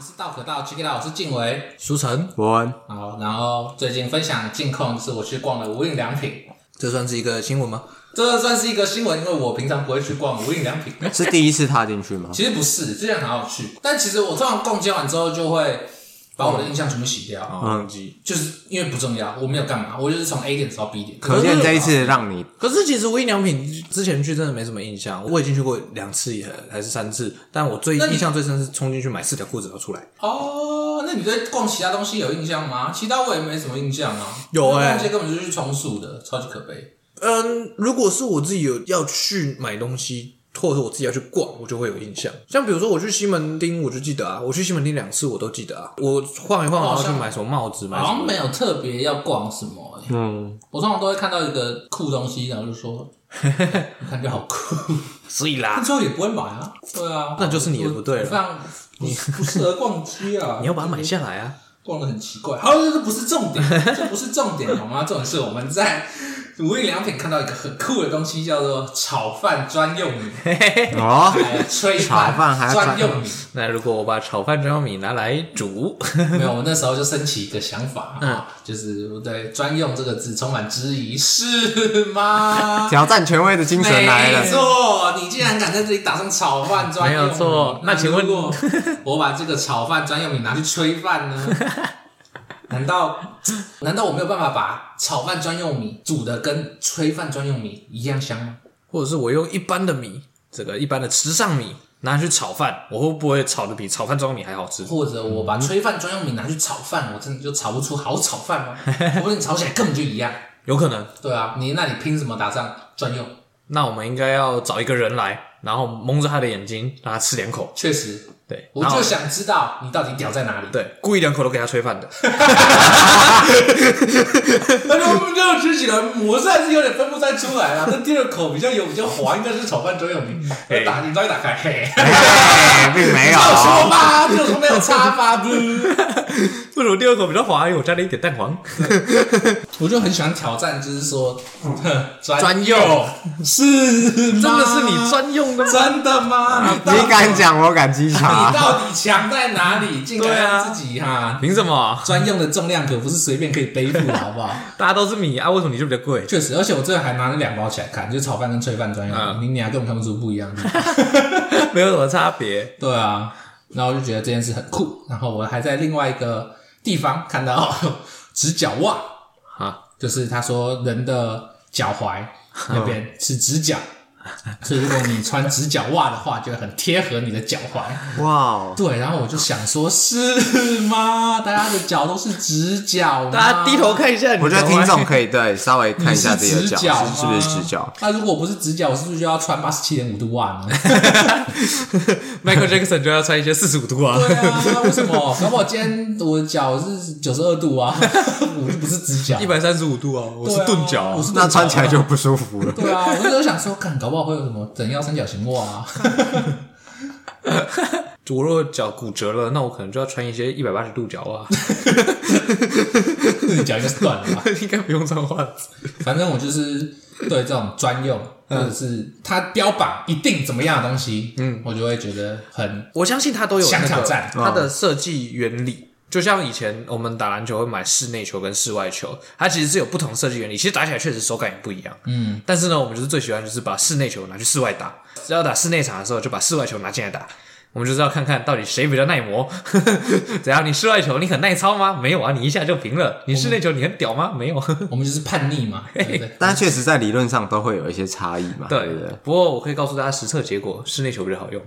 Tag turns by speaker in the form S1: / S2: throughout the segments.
S1: 是道可道 c h e c k it out，我是静伟、舒晨。
S2: 伯恩，
S1: 好，然后最近分享近况就是我去逛了无印良品，
S2: 这算是一个新闻吗？
S1: 这算是一个新闻，因为我平常不会去逛无印良品。
S2: 是第一次踏进去吗？
S1: 其实不是，之前很好去，但其实我通常逛街完之后就会把我的印象全部洗掉，
S2: 忘记。
S1: 就是因为不重要，我没有干嘛，我就是从 A 点走到 B 点。
S2: 可见这一次让你
S3: 可是其实无印良品之前去真的没什么印象，我已经去过两次也还是三次，但我最
S1: 那你
S3: 印象最深是冲进去买四条裤子要出来。
S1: 哦，那你对逛其他东西有印象吗？其他我也没什么印象啊，
S3: 有欸
S1: 逛街根本就是去重塑的，超级可悲。
S3: 嗯，如果是我自己有要去买东西，或者是我自己要去逛，我就会有印象。像比如说我去西门町，我就记得啊，我去西门町两次我都记得啊，我晃一晃，然后去买什么帽子，买
S1: 好
S3: 什
S1: 像
S3: 么。
S1: 没有特别要逛什么、欸，
S2: 嗯，
S1: 我通常都会看到一个酷东西，然后就说，我感觉好酷，
S3: 所以
S1: 但
S3: 啦，
S1: 最后也不会买啊。对啊，
S3: 那就是你的
S1: 我
S3: 不对了
S1: 我非常不不适合逛街啊。
S3: 你要把它买下来啊。
S1: 逛的很奇怪。好，这不是重点，这不是重点，好吗？重点是我们在无印良品看到一个很酷的东西，叫做炒饭专用米，
S2: 哦，
S1: 还有炊
S2: 炒饭还要
S1: 专用米。
S3: 那如果我把炒饭专用米拿来煮，
S1: 没有，我那时候就升起一个想法，啊，就是我对“专用”这个字充满质疑，是吗？
S2: 挑战权威的精神来
S1: 没
S2: 了。
S1: 错，你竟然敢在这里打上炒饭专用米，
S3: 没有错那请问
S1: 如果我把这个炒饭专用米拿去炊饭呢？ 难道难道我没有办法把炒饭专用米煮的跟炊饭专用米一样香吗？
S3: 或者是我用一般的米，这个一般的时尚米拿去炒饭，我会不会炒的比炒饭装米还好吃？
S1: 或者我
S3: 嗯
S1: 把炊饭专用米拿去炒饭，我真的就炒不出好炒饭吗？我不定炒起来根本就一样。
S3: 有可能。
S1: 对啊，你那你凭什么打上专用？
S3: 那我们应该要找一个人来，然后蒙着他的眼睛，让他吃两口。
S1: 确实，
S3: 对，
S1: 我
S3: 然后
S1: 就想知道你到底屌在哪里。
S3: 对，故意两口都给他吹饭的。
S1: 那就这样吃起来，我是还是有点分不太出来啊。那第二口比较油，比较滑，应该是炒饭专用名。哎
S3: 嘿
S1: 打你再打开，嘿，
S2: 哎并没 有
S1: 有，说吧，这有说没有差吧？不，
S3: 为什么第二口比较滑？因为我加了一点蛋黄。
S1: 我就很喜欢挑战，就是说专
S3: 专用
S1: 是嗯真
S3: 真的是你专用的吗？
S1: 真的吗？你到
S2: 你敢讲，我敢啊稽
S1: 你
S2: 查。
S1: 到底强在哪里？竟
S3: 对
S1: 然
S3: 啊
S1: 让自己哈。
S3: 凭什么？
S1: 专用的重量可不是随便可以背负的，好不好？
S3: 大家都是米啊，为什么你就比较贵？
S1: 确实，而且我这还拿了两包起来看，就是炒饭跟炊饭专用的，
S3: 嗯
S1: 你你还根本看不出不一样的地方。
S3: 没有什么差别。
S1: 对啊，然后我就觉得这件事很酷。然后我还在另外一个地方看到 直角袜，
S3: 啊，
S1: 就是他说人的脚踝那边是直 角，所以如果你穿直角袜的话，就会很贴合你的脚踝。
S2: 哇哦，
S1: 对，然后我就想说，是吗？ 大家的脚都是直角吗？
S3: 大家低头看一下你的
S2: 我
S3: 外
S2: 觉
S3: 面，
S2: 得听众可以对稍微看一下自己的
S1: 你是直角
S2: 脚
S1: 吗
S2: 是是不是直角。
S1: 那如果不是直角，我是不是就要穿八十七点五度袜呢？
S3: Michael Jackson 就要穿一些四十五度啊。
S1: 对啊，为什么？搞不好今天我的脚是九十二度 啊，我就不是直角
S3: 一。百三十五度啊，我是
S1: 对啊
S3: 钝角、
S1: 我是
S2: 那穿起来就不舒服了。
S1: 对啊，我那时候想说，看搞不好会有什么整腰三角形袜 啊，
S3: 我如果脚骨折了，那我可能就要穿一些一百八十度角啊，
S1: 自己脚应该是断了吧。
S3: 应该不用穿袜子。
S1: 反正我就是对这种专用或者是它标榜一定怎么样的东西，嗯，我就会觉得很
S3: 我相信它都有那
S1: 想
S3: 个
S1: 挑战
S3: 它的设计原理。就像以前我们打篮球会买室内球跟室外球，它其实是有不同设计原理，其实打起来确实手感也不一样。嗯，但是呢，我们就是最喜欢就是把室内球拿去室外打，只要打室内场的时候就把室外球拿进来打。我们就是要看看到底谁比较耐磨。 怎样？你室外球你很耐操吗？没有啊，你一下就平了。你室内球你很屌吗？没有。
S1: 我们就是叛逆嘛，对不对？
S2: 但确实在理论上都会有一些差异嘛，对
S3: 对
S2: 不对？，
S3: 不过我可以告诉大家实测结果，室内球比较好用。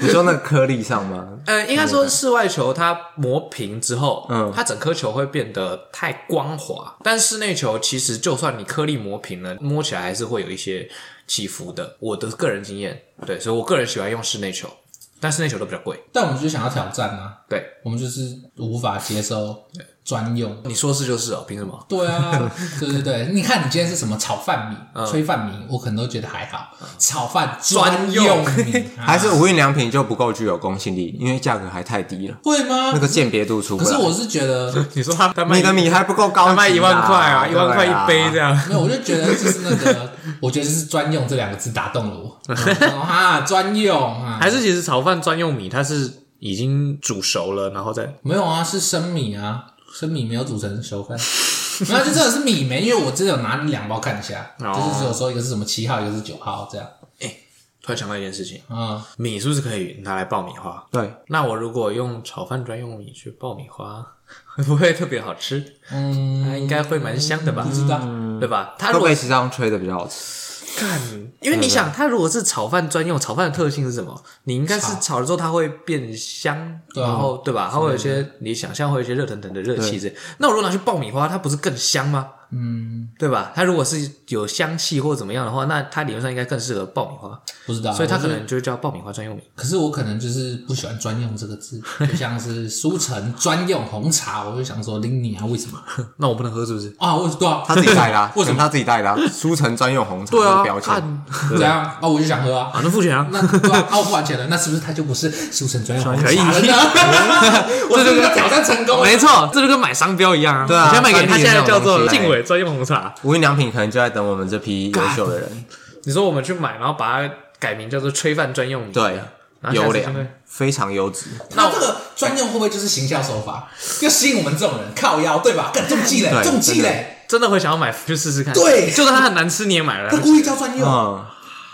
S2: 你说那个颗粒上吗？
S3: 呃，应该说室外球它磨平之后，
S2: 嗯
S3: 它整颗球会变得太光滑，但室内球其实就算你颗粒磨平了，摸起来还是会有一些起伏的。我的个人经验，对，所以我个人喜欢用室内球，但室内球都比较贵。
S1: 但我们就想要挑战啊，
S3: 对，
S1: 我们就是无法接受专用。
S3: 你说是就是哦，凭什么？
S1: 对啊，对对对，你看你今天是什么炒饭米、
S3: 嗯
S1: 炊饭米，我可能都觉得还好，炒饭专用米啊
S2: 还是无印良品就不够具有公信力，因为价格还太低 了，
S1: 会吗？
S2: 那个鉴别度出不
S1: 可
S2: 来。
S1: 是我是觉得，
S3: 你说他他卖
S2: 你的米还不够
S3: 他
S2: 高级啦，
S3: 卖一万块 啊，一
S2: 对
S3: 万块一杯这样。
S1: 没有，我就觉得就是那个， 我觉得就是专 用这两个字打动了我。嗯啊，专用啊，
S3: 还是其实炒饭专用米，它是已经煮熟了，然后再
S1: 没有啊，是生米啊，生米没有煮成熟饭。没有，就真的是米梅，因为我真的有拿两包看一下，
S3: 哦
S1: 就是有时候一个是什么七号，一个是九号这样。
S3: 突然想到一件事情，
S1: 嗯，
S3: 米是不是可以拿来爆米花？
S2: 对，啊
S3: 那我如果用炒饭专用米去爆米花， 会不会特别好吃？嗯，它应该会蛮香的吧？
S1: 不知道，
S3: 对吧？它
S2: 会
S3: 啊如
S2: 不
S3: 果
S2: 会是这样吹的比较好吃？
S3: 干，因为你想，它如果是炒饭专用，炒饭的特性是什么？你应该是炒了之后它会变香，
S1: 对啊
S3: 然后对吧？它会有一些你想象会有一些热腾腾的热气之类。那我如果拿去爆米花，它不是更香吗？嗯，对吧？它如果是有香气或怎么样的话，那它理论上应该更适合爆米花，
S1: 不知道。
S3: 所以它
S1: 我
S3: 可
S1: 就
S3: 能就会叫爆米花专用米。
S1: 可是我可能就是不喜欢“专用”这个字， 就像是苏城专用红茶，我就想说拎你啊，为什么
S3: 那我不能喝是不是？
S1: 啊？我对啊，
S2: 他自己带的、啊，
S1: 为什
S2: 可能
S1: 么
S2: 他自己带的、啊？苏城专用红茶这个标签，
S3: 啊看
S1: 这样啊？我就想喝啊。
S3: 反正付钱啊。
S1: 那对啊，啊我付完钱了，那是不是他就不是苏城专用红茶了
S3: 可以
S1: 呢？ 我这个挑战成功了。
S3: 没错，这就跟买商标一样啊！
S2: 对啊
S3: 我现在卖给你，
S2: 商
S3: 它
S2: 品
S3: 现在叫
S2: 这
S3: 做
S2: 种东西
S3: 敬伟专用红茶。
S2: 无印良品可能就在等我们这批优秀的人。
S3: 你说我们去买，然后把它改名叫做炊饭专用米，
S2: 对，
S3: 然后下
S2: 优
S3: 次就会
S2: 良，非常优质。
S1: 那这个专用会不会就是行销手法，要吸引我们这种人靠腰，对吧？更中计嘞，
S2: 对
S1: 中计
S2: 真的
S1: 嘞，
S3: 真的会想要买去试试看。
S1: 对
S3: 就算它很难吃，你也买了
S1: 他。故意叫专用，
S2: 嗯，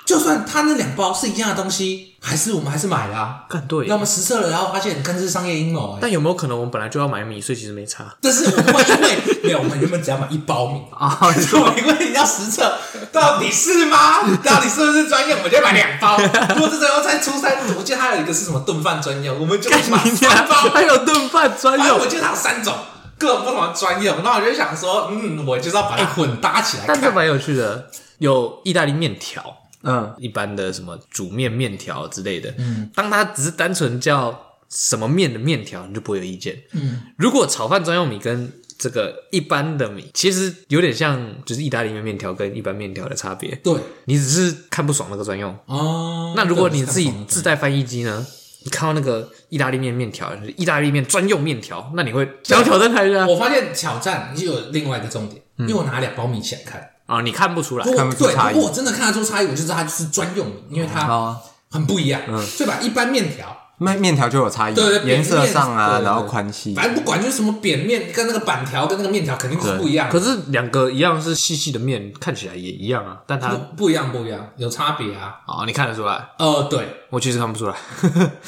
S1: 就算他那两包是一样的东西，还是我们还是买了啊。
S3: 干对
S1: 那我们实测了，然后发现更是商业阴谋哎。
S3: 但有没有可能我们本来就要买米，所以其实没差？
S1: 但是我们会因为没有，我们原本只要买一包 米
S3: 哦
S1: 啊，但是 我们因为要实测，到底是吗？ 到底是不是专用？我就买两包。如果是最后再出三，我记得还有一个是什么炖饭专用，我们就 买三包。
S3: 还有炖饭专
S1: 哎，我
S3: 用，
S1: 记得它有三种各种不同的专用，那我就想说，嗯，我就是要把它混搭起来
S3: 但这
S1: 看。
S3: 蛮有趣的。有意大利面条，
S2: 嗯，
S3: 一般的什么煮面面条之类的。嗯，当它只是单纯叫什么面的面条，你就不会有意见。
S1: 嗯，
S3: 如果炒饭专用米跟这个一般的米，其实有点像，就是意大利面面条跟一般面条的差别。
S1: 对，
S3: 你只是看不爽那个专用，
S1: 哦
S3: 那如果你自己自带翻译机呢？你看到那个意大利面面条，就是意大利面专用面条，那你会想要挑战它一下
S1: 我发现挑战就有另外一个重点，因为我拿两包米起来看，
S3: 嗯啊？你看不出来
S1: 如，果
S2: 看不出
S1: 对，
S2: 差异
S1: 如果我真的看得出差异，我就知道它就是专用米，因为
S3: 哦
S1: 它
S2: 好，啊
S1: 很不一样，
S3: 嗯
S1: 所以把一般面条，
S2: 面面条就有差异啊
S1: 对对，
S2: 颜色上
S1: 扁面
S2: 啊，
S1: 对对
S2: 然后宽细。
S1: 反正不管就是什么扁面跟那个板条跟那个面条肯定是不一样的，
S3: 可是两个一样是细细的面，看起来也一样啊，但它
S1: 不不一样不一样，有差别啊。
S3: 哦，你看得出来，
S1: 呃，对，
S3: 我其实看不出来，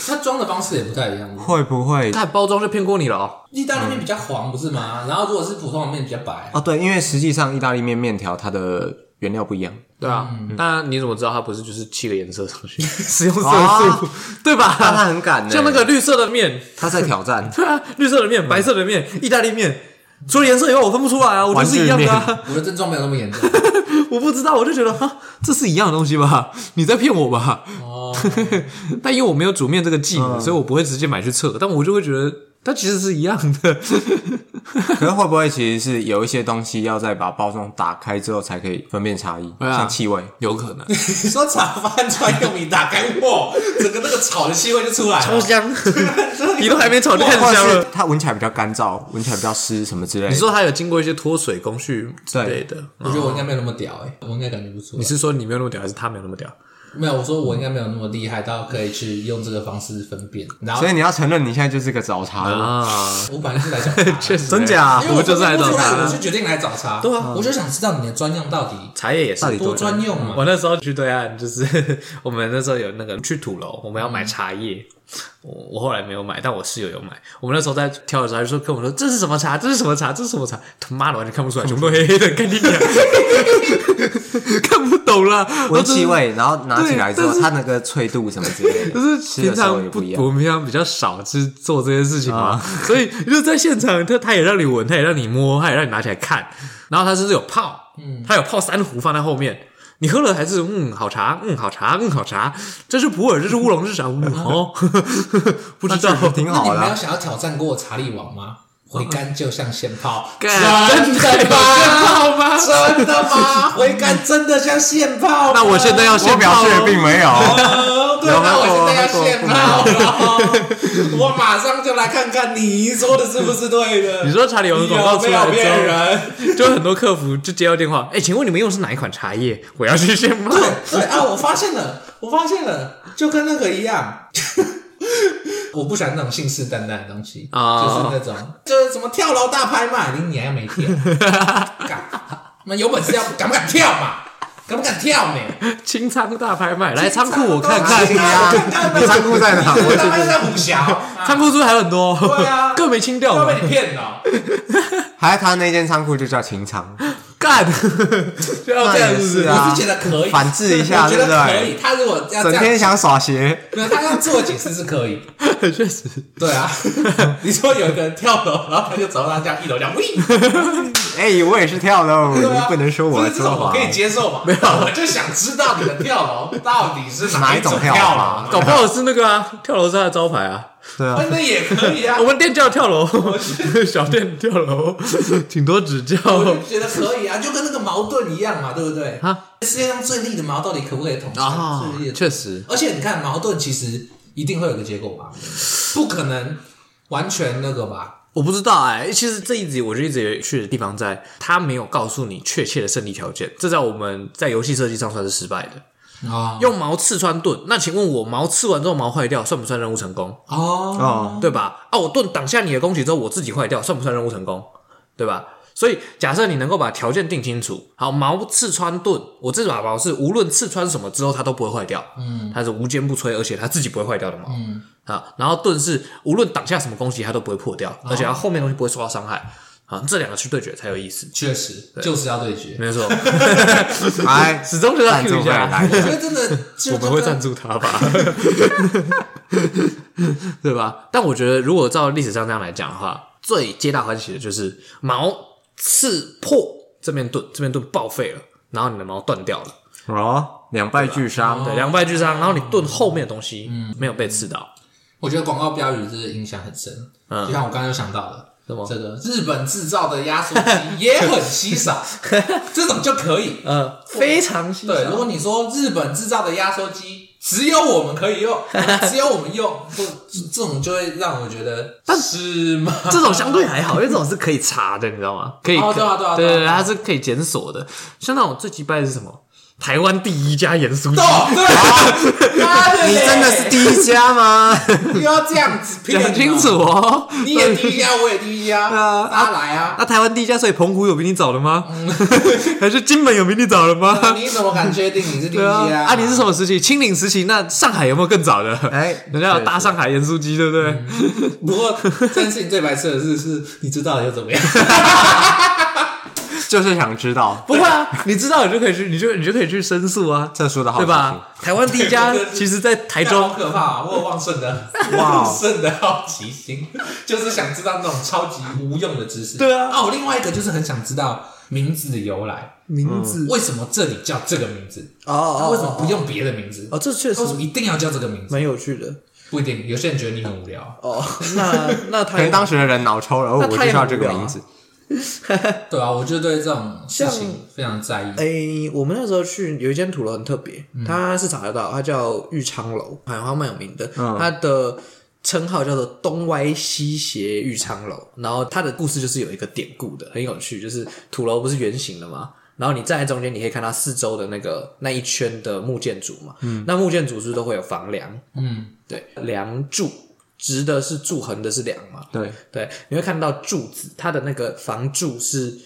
S1: 它装的方式也不太一样。
S3: 嗯
S2: 会不会？
S3: 看包装就骗过你了哦。
S1: 意大利面比较黄不是吗？然后如果是普通的面比较白，
S2: 哦，对，因为实际上意大利面面条它的原料不一样，
S3: 对啊，那你怎么知道它不是就是漆个颜色上去， 使用色
S2: 啊
S3: 素，对吧？
S2: 但它很赶呢。
S3: 像那个绿色的面，
S2: 他在挑战
S3: 对啊，绿色的面、白色的面、意大利面，除了颜色以外，我分不出来啊，我就是一样的、
S2: 玩具
S3: 啊。
S1: 我的症状没有那么严重。
S3: 我不知道，我就觉得哈，这是一样的东西吧？ 你在骗我吧？
S1: 哦，
S3: 但因为我没有煮面这个技能，所以我不会直接买去测，但我就会觉得它其实是一样 的。
S2: 可是会不会其实是有一些东西要再把包装打开之后才可以分辨差异，
S3: 啊
S2: 像气味。
S3: 有可能，
S1: 你说炒饭专用米打开哇，整个那个炒的气味就出来
S3: 超
S1: 了。
S3: 香， 你都还没炒就开始
S2: 或
S3: 香
S2: 者是
S3: 了。
S2: 它闻起来比较干燥，闻起来比较湿什么之类
S3: 你
S2: 的。
S3: 说它有经过一些脱水工序之类的？嗯
S1: 我觉得我应该没有那么屌哎、我应该感觉不出来
S3: 你。是说你没有那么屌，还是他没有那么屌？
S1: 没有，我说我应该没有那么厉害到可以去用这个方式分辨。然后
S2: 所以你要承认你现在就是个早茶了，
S3: 啊，
S1: 我本来是来找茬
S3: 确实，
S2: 真假
S1: 因为
S3: 啊我
S1: 我
S3: 就是来
S1: 分
S3: 找
S1: 不出
S3: 茬
S1: 我
S3: 的。
S1: 就决定来找茬。对啊，我就想知道你的专用到底
S3: 茶叶也是
S2: 到底
S1: 多专用嘛。
S3: 我那时候去对岸，就是 我们那时候有那个去土楼，我们要买茶叶。我我后来没有买，但我室友有买。我们那时候在挑的时候，他就说跟我说这是什么茶，这是什么茶，这是什么茶。他妈的，完全看不出来，全部都黑黑的，跟你 讲，看不懂啦。
S2: 闻气味，然后拿起来之后
S3: 对，
S2: 它那个脆度什么之类的，
S3: 就是
S2: 吃
S3: 平
S2: 的时候
S3: 常
S2: 也
S3: 不，
S2: 不一样
S3: 我们平常比较少去做这些事情嘛， 所以就是在现场，他他也让你闻，他也让你摸，他也让你拿起来看，然后他甚至有泡，嗯，他有泡珊瑚放在后面，你喝了还是嗯好茶，嗯好茶，嗯好茶，这是普洱，这是乌龙，这是啥？嗯哦，不知 道
S2: 那，挺
S1: 那
S2: 好
S1: 你
S2: 的
S1: 没有
S2: 啊。
S1: 想要挑战过查理王吗？回甘就像现泡，
S3: 嗯干
S1: 真 的
S3: 真
S1: 吗？
S3: 泡吗？
S1: 真的 吗？回甘真的像现泡吗？
S3: 那我现在要
S2: 我
S3: 先
S2: 表
S3: 泡
S2: 示
S3: 哦
S2: 并没有，
S1: 哦对，
S2: 有
S1: 那我现在要
S2: 喝过
S1: 现泡了，我马上就来看看你说的是不是对的。
S3: 你说查理王的广告
S1: 有
S3: 出
S1: 没
S3: 来
S1: 有
S3: 之
S1: 骗
S3: 后，
S1: 人？
S3: 就很多客服就接到电话，哎，请问你们用的是哪一款茶叶？我要去先买。
S1: 对对啊，我发现了，我发现了，就跟那个一样。 我不喜欢那种信誓旦旦的东西，
S3: 哦
S1: 就是那种就是什么跳楼大拍卖，你你还没跳，干，那有本事要敢不敢跳嘛？敢不敢跳呢？
S3: 清仓大拍卖，来仓库我看看。
S1: 对啊我看看
S2: 你仓库在哪？
S1: 我他妈是在武侠，啊
S3: 仓库是不是还有很多？
S1: 对啊
S3: 更没清掉
S1: 要
S3: 了
S1: 被。你骗 了。
S2: 还他那间仓库就叫秦仓，
S3: 干， 就要这样子。
S2: 对啊
S1: 我是觉得可以
S2: 反制一下
S1: 我觉得
S2: 对不对
S1: 可以。他如果要
S2: 整
S1: 这
S2: 天
S1: 样，
S2: 想耍鞋，
S1: 没有他要自我解释是可以。
S3: 确实，
S1: 对啊， 你说有一个人跳楼，然后他就走到他家一楼，讲喂，
S2: 哎、我也是跳楼，
S1: 对啊
S2: 你不能说我
S1: 不
S2: 的
S1: 是这
S2: 做
S1: 种我
S2: 法
S1: 可。以接受嘛？没有，我就想知道你的跳楼到底是
S2: 哪
S1: 一
S2: 一种
S1: 跳
S2: 跳
S1: 楼
S2: 法
S1: 嘛
S3: 搞不好是那个啊，跳楼是他的招牌啊。
S2: 对啊
S1: 哎，那也可以 啊
S3: 我，们店叫跳楼，小店跳楼，请多指教。
S1: 我就觉得可以啊，就跟那个矛盾一样嘛，对不对？
S3: 啊
S1: 世界上最利的矛到底可不可以统称？最利的
S3: 确实，
S1: 而且你看，矛盾其实一定会有个结果吧，不可能完全那个吧？
S3: 我不知道哎、其实这一集我就一直有趣的地方在，他没有告诉你确切的胜利条件，这在我们在游戏设计上算是失败的。
S1: 啊，
S3: 用矛刺穿盾，那请问我矛刺完之后矛坏掉，算不算任务成功？
S1: 哦，
S2: 哦，
S3: 对吧？啊，我盾挡下你的攻击之后，我自己坏掉，算不算任务成功？对吧？所以假设你能够把条件定清楚，好，矛刺穿盾，我这把矛是无论刺穿什么之后它都不会坏掉，嗯，它是无坚不摧，而且它自己不会坏掉的矛，嗯啊，然后盾是无论挡下什么攻击它都不会破掉，而且它后面东西不会受到伤害，啊，这两个去对决才有意思，
S1: 确实就是要对决。
S3: 没错，
S2: 来，
S3: 始终都要
S2: 赞
S3: Q
S2: 助
S3: 一
S2: 费
S3: 下，
S2: 来
S1: 我觉得真的，就
S3: 我们会赞
S1: 真的
S3: 助他吧， 对吧？但我觉得，如果照历史上这样来讲的话，最皆大欢喜的就是矛刺破这面盾，这面盾报废了，然后你的矛断掉了，
S2: 哦，两败俱伤，
S3: 对，两败俱伤，然后你盾后面的东西没有被刺到，
S1: 我觉得广告标语这个影响很深。
S3: 嗯
S1: 就像我刚刚就想到了，
S3: 什么
S1: 这个日本制造的压缩 机也很稀少，这种就可以。
S3: 呃，非常稀
S1: 对，如
S3: 少。
S1: 果你说日本制造的压缩机只有我们可以 用，只有我们用，不，这种就会让我觉得，是 吗？
S3: 这种相对还好，因为这种是可以查的，你知道吗？可以，
S1: 哦对啊对啊
S3: 对
S1: 对啊
S3: 对，它是可以检索的。像那种最鸡掰的是什么？台湾第一家盐酥鸡，
S1: 哦， 对，妈的嘞，
S2: 你真的是第一家吗？
S1: 不要这样子骗我啊
S3: 讲清楚，哦。
S1: 你也第一家，我也第一家，
S3: 啊
S1: 大家来啊！
S3: 那台湾第一家，所以澎湖有比你早的吗？还是嗯金门有比你早的吗？
S1: 你怎么敢确定你是第一
S3: 啊对
S1: 家？
S3: 啊，啊，你是什么时期？清领时期，那上海有没有更早的？
S2: 哎
S3: 人家有大上海盐酥鸡，对不对？
S1: 不过这件事情最白痴的是，是你知道了又怎么样？
S2: 就是想知道
S3: 不会啊，你知道你就可以去，你就你就可以去申诉啊，
S2: 特殊的好
S3: 对
S2: 奇心。
S3: 吧？台湾第一家
S1: 对对对
S3: 其实，在台
S1: 好
S3: 中，
S1: 可怕啊！我有旺盛的
S2: 哇
S1: 旺盛的好奇心， 就是想知道那种超级无用的知识。
S3: 对啊
S1: 啊，我另外一个就是很想知道名字的由来，
S3: 名字
S1: 为什么这里叫这个名字？他
S3: 哦
S1: 为什么不用别的名字？
S3: 哦，这确
S1: 他为什么一定要叫这个名字？
S3: 蛮有趣的
S1: 不一定，有些人觉得你很无聊，
S3: 哦。那那他
S2: 可能当时的人脑抽了，哦，
S3: 哎那
S2: 我
S3: 他也很
S2: 就知道这
S3: 无
S2: 个
S3: 聊啊
S2: 名字。
S1: 对啊，我就对这种事
S3: 像
S1: 情非常在意。
S3: 诶、我们那时候去有一间土楼很特别，它是查得到，它叫玉昌楼，好像蛮有名的。
S2: 嗯
S3: 它的称号叫做东歪西斜玉昌楼。然后它的故事就是有一个典故的，很有趣，就是土楼不是圆形的吗？然后你站在中间，你可以看到四周的那个那一圈的木建筑嘛。嗯，那木建筑是不是都会有房梁，
S1: 嗯，
S3: 对，梁柱，直的是柱，横的是梁嘛。
S2: 对，
S3: 对，你会看到柱子，它的那个房柱是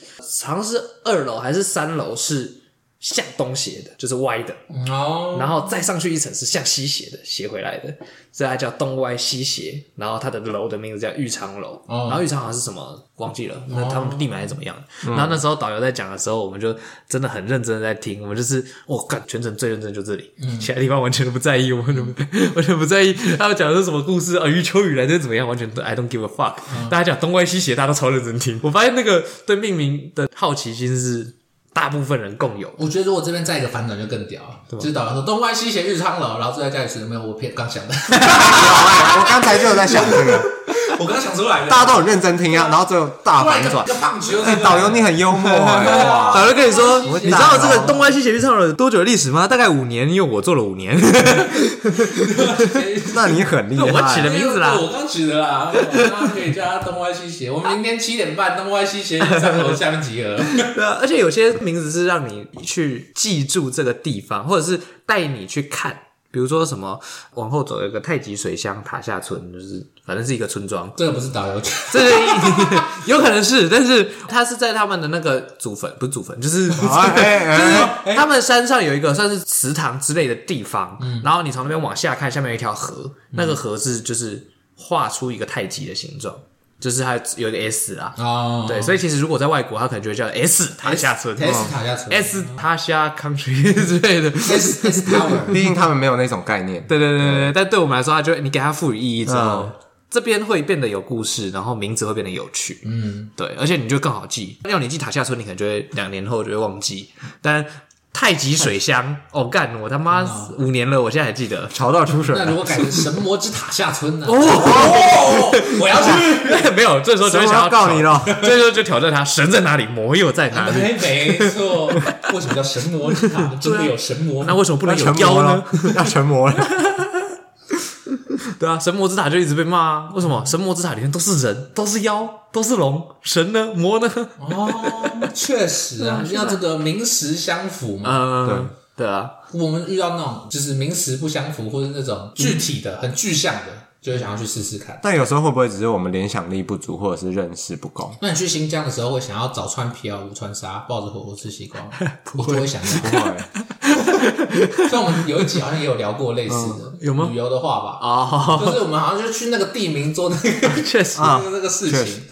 S3: 好像是二楼还是三楼是向东斜的，就是歪的，
S1: 哦，
S3: 然后再上去一层是向西斜的，斜回来的，所以它叫东歪西斜。然后它的楼的名字叫玉昌楼，
S1: 哦
S3: 然后玉昌好像是什么忘记了，那他们地名是怎么样的？
S1: 嗯
S3: 然后那时候导游在讲的时候，我们就真的很认真的在听，我们就是我干、全程最认真就这里，
S1: 嗯
S3: 其他地方完全都不在意， 我们都不完全不在意他们讲的是什么故事啊，余秋雨来这怎么样，完全都 I don't give a fuck。
S1: 嗯
S3: 大家讲东歪西斜，大家都超认真听。我发现那个对命名的好奇心是大部分人共有的。
S1: 我觉得如果这边再一个反转就更屌了，就是导游说东歪西斜日昌楼，然后坐在家里吃，没有我骗刚 想的，
S2: 我刚才就有在想 这个，
S1: 我刚想出来的，
S2: 大家都很认真听啊，然后最后大
S1: 突然
S2: 反
S1: 一个
S2: 转
S1: 一。个棒球，
S2: 哎，导游你很 幽默哎，哇
S3: 导游跟你说，
S1: 我
S3: 你知道这
S2: 大
S3: 个
S2: 佬
S3: 东歪西斜玉唱了多久的历史吗？大概五年，因为我做了五年。
S2: 那你很厉害。
S3: 我起了名字啦
S1: 哎我刚取的啦，大家可以叫他东歪西斜。我们明天七点半东歪西斜日昌楼下面集合。
S3: 对啊，而且有些名字是让你去记住这个地方，或者是带你去看。比如说什么往后走有一个太极水乡塔下村，就是反正是一个村庄，
S1: 这个不是导游， 这
S3: 这是 有可能是，但是它是在他们的那个祖坟，不是祖坟，就是
S2: 哎哎哎，
S3: 他们山上有一个算是祠堂之类的地方，
S1: 嗯
S3: 然后你从那边往下看，下面有一条河，那个河是就是画出一个太极的形状，就是它有点 S 啊，
S1: 哦，
S3: 对，所以其实如果在外国，它可能就会叫 S 塔下村
S1: S 塔下村
S3: S 塔下 country 之类的，
S1: S S Tower
S2: 毕竟他们没有那种概念。
S3: 对对对对对，但对我们来说，它就你给它赋予意义之后，这边会变得有故事，然后名字会变得有趣，嗯，对，而且你就更好记。要你记塔下村，你可能就会两年后就会忘记，但太极水乡，嗯哦干，我他妈五年了，我现在还记得。
S2: 潮到出水
S1: 那如果改成神魔之塔下村呢？
S3: 哦
S1: 哦， 我要去。
S3: 没有，这时候就会想要
S2: 什么告你了
S3: 这时候就挑战他，神在哪里，魔又在哪 里？
S1: 哎，没错，为什么叫神魔之塔？真的有神魔
S3: 那
S1: 吗？
S3: 为什么不能有
S2: 成
S3: 妖
S2: 魔
S3: 呢
S2: 了？， 要成魔了。
S3: 对啊，神魔之塔就一直被骂啊。为什么神魔之塔里面都是人，都是妖，都是龙，神呢，魔呢？
S1: 哦，确实啊，要这个名实相符嘛。
S3: 嗯，对啊，
S1: 我们遇到那种就是名实不相符，或者那种具体的、很具象的，就会想要去试试看。
S2: 但有时候会不会只是我们联想力不足，或者是认识 不够？
S1: 那你去新疆的时候，会想要早穿皮啊袄、午穿纱，抱着火锅吃西瓜吗，不会想要。
S2: 不会，
S1: 像我们有一集好像也有聊过类似的，
S3: 有吗
S1: 旅游的话吧，
S3: 哦，
S1: 就是我们好像就去那个地名做那个
S3: 确实，
S2: 啊
S1: 那个事
S2: 确
S1: 情，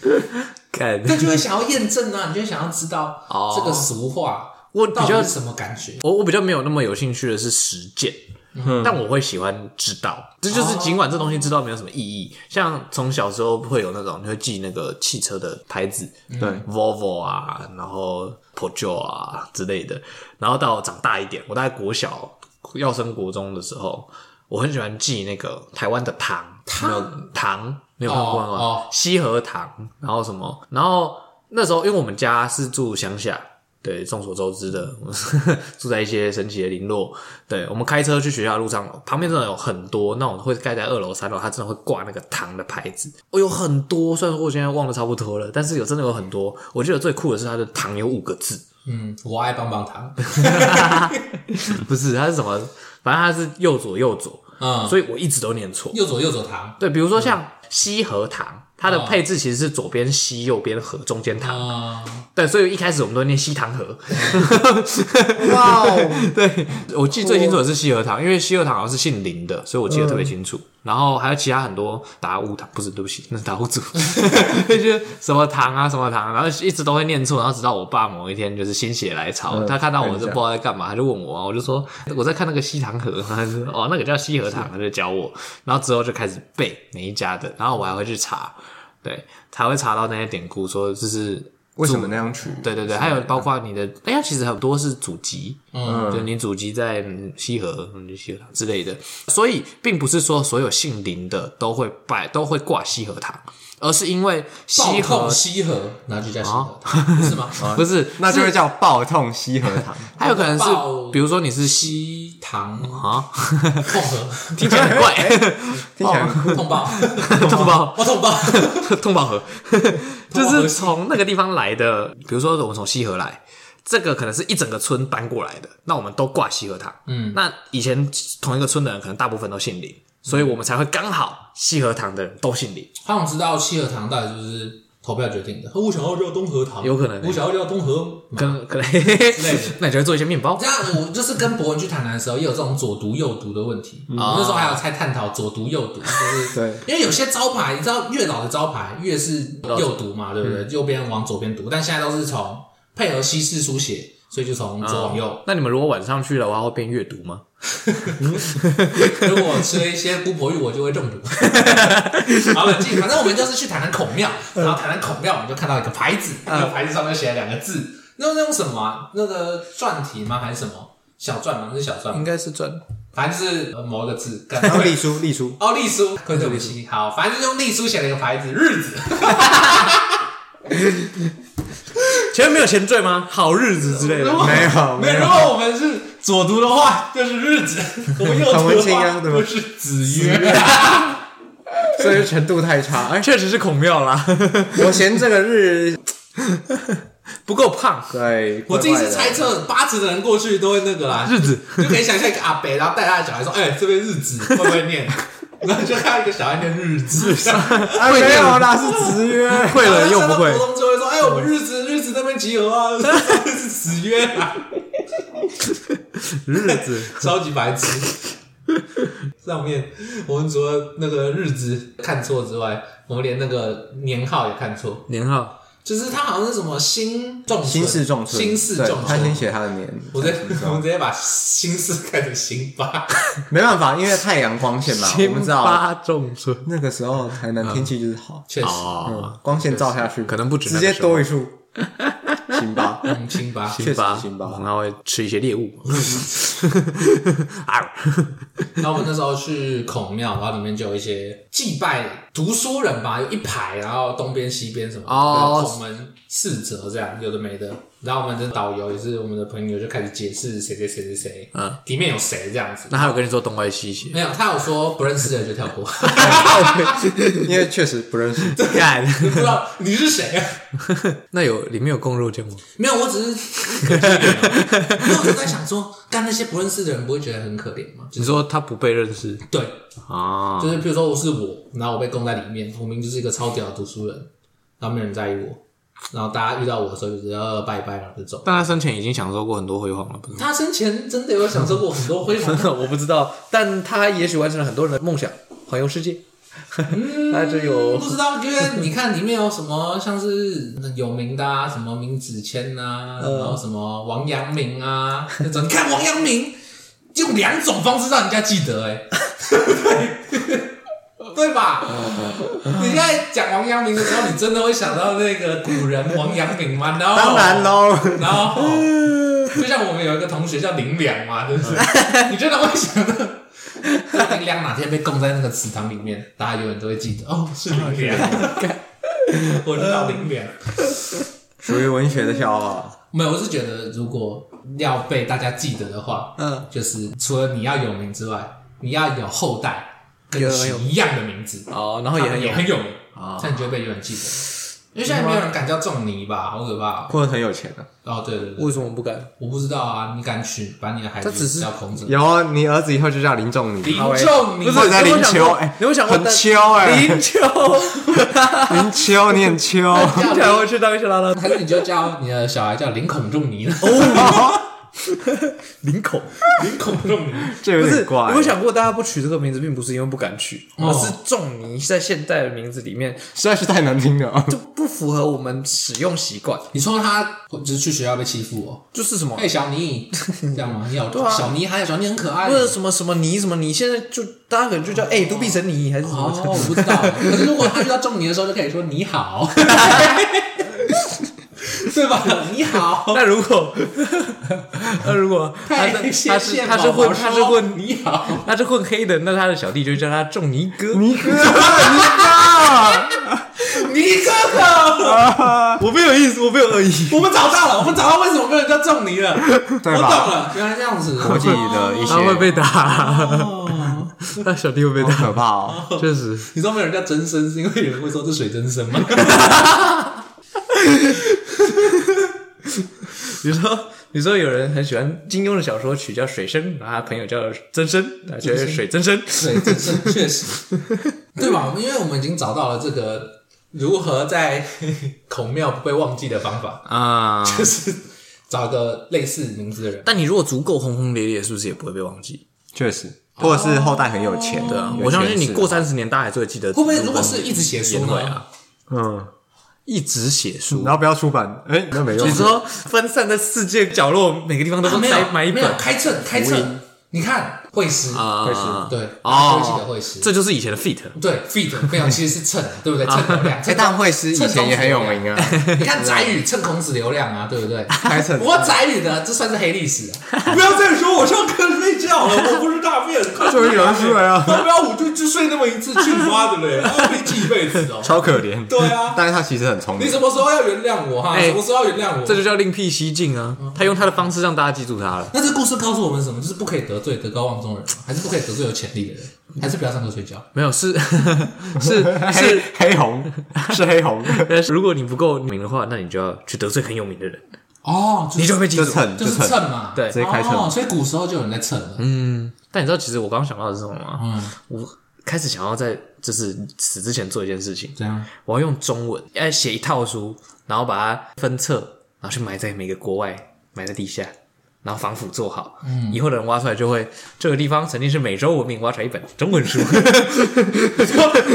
S3: 感
S1: 那就会想要验证啊，你就会想要知道
S3: 哦
S1: 这个俗话
S3: 我比
S1: 到
S3: 较
S1: 底是什么感觉。
S3: 我我比较没有那么有兴趣的是实践，但我会喜欢知道。这就是尽管这东西知道没有什么意义，像从小时候会有那种你会记那个汽车的牌子，
S2: 对，
S3: Volvo 啊，然后 Peugeot 啊之类的。然后到长大一点，我大概国小要升国中的时候，我很喜欢记那个台湾的糖，糖没有糖，没有看过吗？
S1: 哦哦
S3: 西河糖，然后什么？然后那时候因为我们家是住乡下。对，众所周知的， 我们住在一些神奇的林落。对我们开车去学校的路上，旁边真的有很多那种会盖在二楼、三楼，它真的会挂那个糖的牌子。我、有很多，虽然说我现在忘得差不多了，但是有真的有很多。我记得最酷的是它的糖有五个字，
S1: 嗯，我爱棒棒糖，
S3: 不是它是什么，反正它是右左右左，
S1: 嗯，
S3: 所以我一直都念错。
S1: 右左右左糖，
S3: 对，比如说像西河糖，它的配置其实是左边西，右边河，中间糖。
S1: 啊、
S3: 对，所以一开始我们都念西糖河。
S2: 哇哦，
S3: 对， 我记得最清楚的是西河堂，因为西河堂好像是姓林的，所以我记得特别清楚。然后还有其他很多达悟堂，不是，对不起，那是达悟族， 就是什么堂啊什么堂，然后一直都会念错，然后直到我爸某一天就是心血来潮，他看到我是不知道在干嘛，他就问我啊，我就说我在看那个西塘河，他就说哦那个叫西河堂，他就教我，然后之后就开始背每一家的，然后我还会去查，对，才会查到那些典故，说就是
S2: 为什么那样取？
S3: 对对对，还有包括你的，哎呀，其实很多是祖籍，
S1: 嗯
S3: 嗯，就你祖籍在嗯西河、嗯西河堂之类的，所以并不是说所有姓林的都会拜，都会挂西河堂，而是因为西
S1: 西
S3: 河哦
S1: 痛西河，然后就叫西河糖，不是吗？
S3: 不是，
S2: 那就是会叫爆痛西河 糖。
S3: 还有可能是
S1: 爆，
S3: 比如说你是西
S1: 糖
S3: 啊，
S1: 痛河，
S3: 听起来很 怪，
S2: 听起来很酷
S1: 痛爆，
S3: 痛爆
S1: 我痛爆，
S3: 通宝河，就
S1: 宝河
S3: 是从那个地方来的。比如说，我们从西河来，这个可能是一整个村搬过来的，那我们都挂西河堂。嗯，那以前同一个村的人，可能大部分都姓林，所以我们才会刚好西河堂的人都姓林。
S1: 他想知道西河糖到底是不是投票决定的？我想要叫东河糖，
S3: 有可能欸
S1: 我想要叫东河。
S3: 可能可能
S1: 的，
S3: 那你就会做一些面包
S1: 这。样，我就是跟博文去谈谈的时候，也有这种左读右读的问题。
S3: 嗯
S1: 我那时候
S3: 啊
S1: 还有在探讨左读右读，就是
S2: 对，
S1: 因为有些招牌，你知道越老的招牌越是右读
S3: 嗯
S1: 嘛，对不对？右边往左边读，但现在都是从配合西式书写，所以就从左
S3: 哦
S1: 往右。
S3: 那你们如果晚上去的话，会变阅读吗？
S1: 如果我吃了一些姑婆芋，我就会中毒。 好冷静，反正我们就是去谈谈孔庙，然后谈谈孔庙，我们就看到一个牌子，那个牌子上面写了两个字，那那用什么啊？那个篆体吗？还是什么小篆吗？那是小篆吗，
S3: 该是赚。
S1: 反正就是呃某一个字。 干
S2: 然后隶书，隶书，
S1: 哦，隶书，对对不起，好，反正就用隶书写了一个牌子，日子。
S3: 前面没有前缀吗？好日子之类
S1: 如
S3: 的。
S1: 果
S2: 没有
S1: 没有。
S2: 没有
S1: 如果我们是左读的话，就是日 子；我们右
S2: 很
S1: 读
S2: 文
S1: 的
S2: 青啊
S1: 话，
S2: 对吧
S1: 就是子曰。
S2: 所以
S3: 哎
S2: 程度太差。哎，
S3: 确实是孔庙啦，
S2: 我嫌这个日
S3: 不够胖，
S2: 对，
S1: 我自己是猜
S2: 怪怪的，
S1: 测，八尺的人过去都会那个啦，
S3: 日子
S1: 就可以想象一个阿伯，然后带他的小孩说：“哎、这边日子会不会念？” 然后就看到一个小孩念日子，
S2: 啊没有啦，是子曰，
S3: 会了又
S1: 然
S3: 不
S1: 后上到，
S3: 会
S1: 国中就会说：“哎、我们日子日子那边集合啊， 是子曰啊，
S3: 日子
S1: 超级白痴。”上面我们除了那个日子看错之外，我们连那个年号也看错，
S3: 年号
S1: 就是他好像是什么新仲村
S2: 新四重村，
S1: 新四
S2: 对
S1: 重
S2: 他先
S1: 村。
S2: 写他的年，
S1: 我直接
S2: 才知 道
S1: 我们直接把新四看成新 八，
S2: 没办法，因为太阳光线嘛，我们知道
S3: 八重村
S2: 那个时候台南天气就是好，
S1: 确实，
S3: 哦，
S2: 光线照下去，
S3: 可能不止那
S2: 直
S3: 个
S2: 接
S3: 时候
S2: 多一束，行吧？
S1: 嗯，新八。
S2: 确
S3: 辛
S2: 实
S3: 巴
S2: 辛巴
S3: 然后会吃一些猎物， 啊，
S1: 然后我们那时候去孔庙，然后里面就有一些祭拜读书人吧，有一排，然后东边西边什么，
S3: 哦
S1: 孔门四折这样，有的没的。然后我们的导游也是我们的朋友，就开始解释谁谁谁谁谁，
S3: 嗯，
S1: 里面有谁这样子。
S3: 那还有跟你说东歪西 斜，
S1: 没有，他有说不认识的就跳过，
S2: 因为确实不认识，
S3: 干，
S1: 不知道你是谁、啊。
S3: 那有里面有供肉间吗？
S1: 没有，我只是，可惜一点啊 因为我就在想说，干那些不认识的人不会觉得很可怜吗？
S3: 你说他不被认识
S1: 对，
S3: 啊？
S1: 就是譬如说我是我，然后我被供在里面，我明明就是一个超屌的读书人，然后没有人在意我，然后大家遇到我的时候就只要拜拜，然后就走。
S3: 但他生前已经享受过很多辉煌了，不是吗？
S1: 他生前真的有享受过很多辉煌，
S3: 我不知道，但他也许完成了很多人的梦想，环游世界。他就有
S1: 嗯不知道，因为你看里面有什么像是有名的啊，什么明子谦啊，然后什么王阳明啊，那种你看王阳明用两种方式让人家记得、哎， 对对吧？你现在讲王阳明的时候，你真的会想到那个古人王阳明吗？然后
S2: 当然喽，
S1: 然后，就像我们有一个同学叫林良嘛， 对不对？你真的会想到，就林良哪天被供在那个祠堂里面，大家永远都会记得哦，是林良。
S3: 哦
S1: 我知道林良，
S2: 属于文学的笑话。
S1: 没有，我是觉得如果要被大家记得的话，
S3: 嗯，
S1: 就是除了你要有名之外，你要有后代跟
S3: 有
S1: 你
S3: 有
S1: 一样的名字，
S3: 哦，然后也很有
S1: 也很有名
S3: 啊，
S1: 这样你就会被永远记得。因为现在没有人敢叫仲尼吧，好可怕哦！
S2: 或者很有钱啊的、
S1: 哦，对对对，
S3: 为什么不敢？
S1: 我不知道啊，你敢娶把你的孩子
S3: 他只是
S1: 叫孔子？
S2: 有啊，你儿子以后就叫林仲尼，
S1: 林仲尼
S3: 不是
S2: 或者叫林
S3: 你有没有想
S2: 秋，
S3: 过
S2: 哎，
S3: 你有没有想过
S2: 很秋哎，
S3: 林 秋，
S2: 林秋，你很 秋，
S1: 叫
S3: 竟然会去当一些拉拉
S1: 还是你就叫你的小孩叫林孔仲尼呢？
S3: 哦林口，
S1: 林孔仲尼，
S2: 这有
S3: 不是
S2: 点？怪
S3: 有没。有想过大家不取这个名字，并不是因为不敢取，
S1: 哦
S3: 而是仲尼在现代的名字里面
S2: 实在是太难听了 哦。
S3: 就不符合我们使用习惯，
S1: 你说他只是去学校被欺负哦？
S3: 就是什么
S1: 哎、小 尼，这样吗？你好，
S3: 啊
S1: 小尼还有小尼很可爱。
S3: 或者什么什么尼什么尼，现在就大家可能就叫哎杜比神尼还是什
S1: 哦，
S3: 么，
S1: 我不知 道。可是如果他遇到仲尼的时候，就可以说你好，对吧？你好，
S3: 那如果，那如果他
S1: 太
S3: 是
S1: 谢
S3: 他是
S1: 谢
S3: 他是
S1: 宝宝
S3: 混他是
S1: 说
S3: 混
S1: 你好，
S3: 他是混黑的，那他的小弟就叫他仲尼哥。
S2: 尼哥，尼
S1: 尼哥哥，
S2: 哥，
S3: 我没有意思，我没有恶意。
S1: 我们找到了，我们找到为什么没有人叫仲尼了？我
S2: 对
S1: 懂
S2: 吧？
S1: 了，原来这样子。
S2: 国际的一 些
S3: 他会被打，
S1: 哦。
S3: 他小弟会被
S2: 好
S3: 打，
S2: 可怕哦。
S3: 确实。
S1: 你知道没有人叫真身，是因为有人会说这水真身吗？
S3: 你说，你说有人很喜欢金庸的小说取叫水生，然后他朋友叫真生，他觉得水真生。
S1: 水真身确 实，对吧？因为我们已经找到了这个如何在孔庙不被忘记的方法，
S3: 啊。
S1: 就是找个类似名字的人。
S3: 但你如果足够轰轰烈烈，是不是也不会被忘记？
S2: 确实，或者是后代很有钱，对
S1: 哦嗯
S3: 啊我相信你过，三十年，大家还是会记得。
S1: 会
S3: 会
S1: 不会如果是一直写书
S3: 会
S1: 呢？
S3: 啊，
S2: 嗯，
S3: 一直写
S1: 嗯
S3: 书
S2: 然，后不要出版，哎，那没用
S3: 你。说分散在世界角落，每个地方都
S1: 啊
S3: 是
S1: 没有
S3: 买买一
S1: 没
S3: 本
S1: 有开秤开秤，你看会师，
S2: 会
S3: 啊
S2: 是
S1: 对，大家都会记得
S3: 哦
S1: 会，师，
S3: 这就是以前的 fit。
S1: 对 feet 没有，其实是秤，对不对？秤流 量，
S2: 哎，但会师以前也很有名啊，
S1: 你看翟宇蹭孔子流量啊，对不对？
S2: 开 成
S1: 不过翟宇的这算是黑历史、啊。不要再说我上课睡觉了，我不是大便，
S2: 终于有人出来了
S1: 要不要我就就睡那么一次，去你妈的嘞！要被记一辈子哦。
S2: 超可怜。
S1: 对啊
S2: 但是他其实很聪
S1: 你
S2: 明
S1: 什。么时候要原谅我哈？啊
S3: 哎
S1: 什么时候要原谅我？
S3: 这就叫另辟蹊径啊！
S1: 嗯
S3: 他用他的方式让大家记住他了。
S1: 那这故事告诉我们什么？就是不可以得罪德高望重的人，还是不可以得罪有潜力的人。还是不要上课睡觉。
S3: 没有是 是是
S2: 黑红是黑红，
S3: 但是如果你不够名的话，那你就要去得罪很有名的人，
S1: 哦，
S3: 你就会被记
S2: 就
S3: 住。
S2: 蹭
S1: 就是
S2: 蹭，
S1: 蹭嘛，
S3: 对
S2: 直接开蹭
S1: 哦，所以古时候就有人在蹭了，
S3: 但你知道，其实我刚刚想到的是什么吗？
S1: 嗯，
S3: 我开始想要在就是死之前做一件事情，
S1: 这样
S3: 我要用中文要写一套书，然后把它分册，然后去埋在每个国外，埋在地下，然后防腐做好。嗯，以后的人挖出来就会，这个地方曾经是美洲文明，挖出来一本中 文书。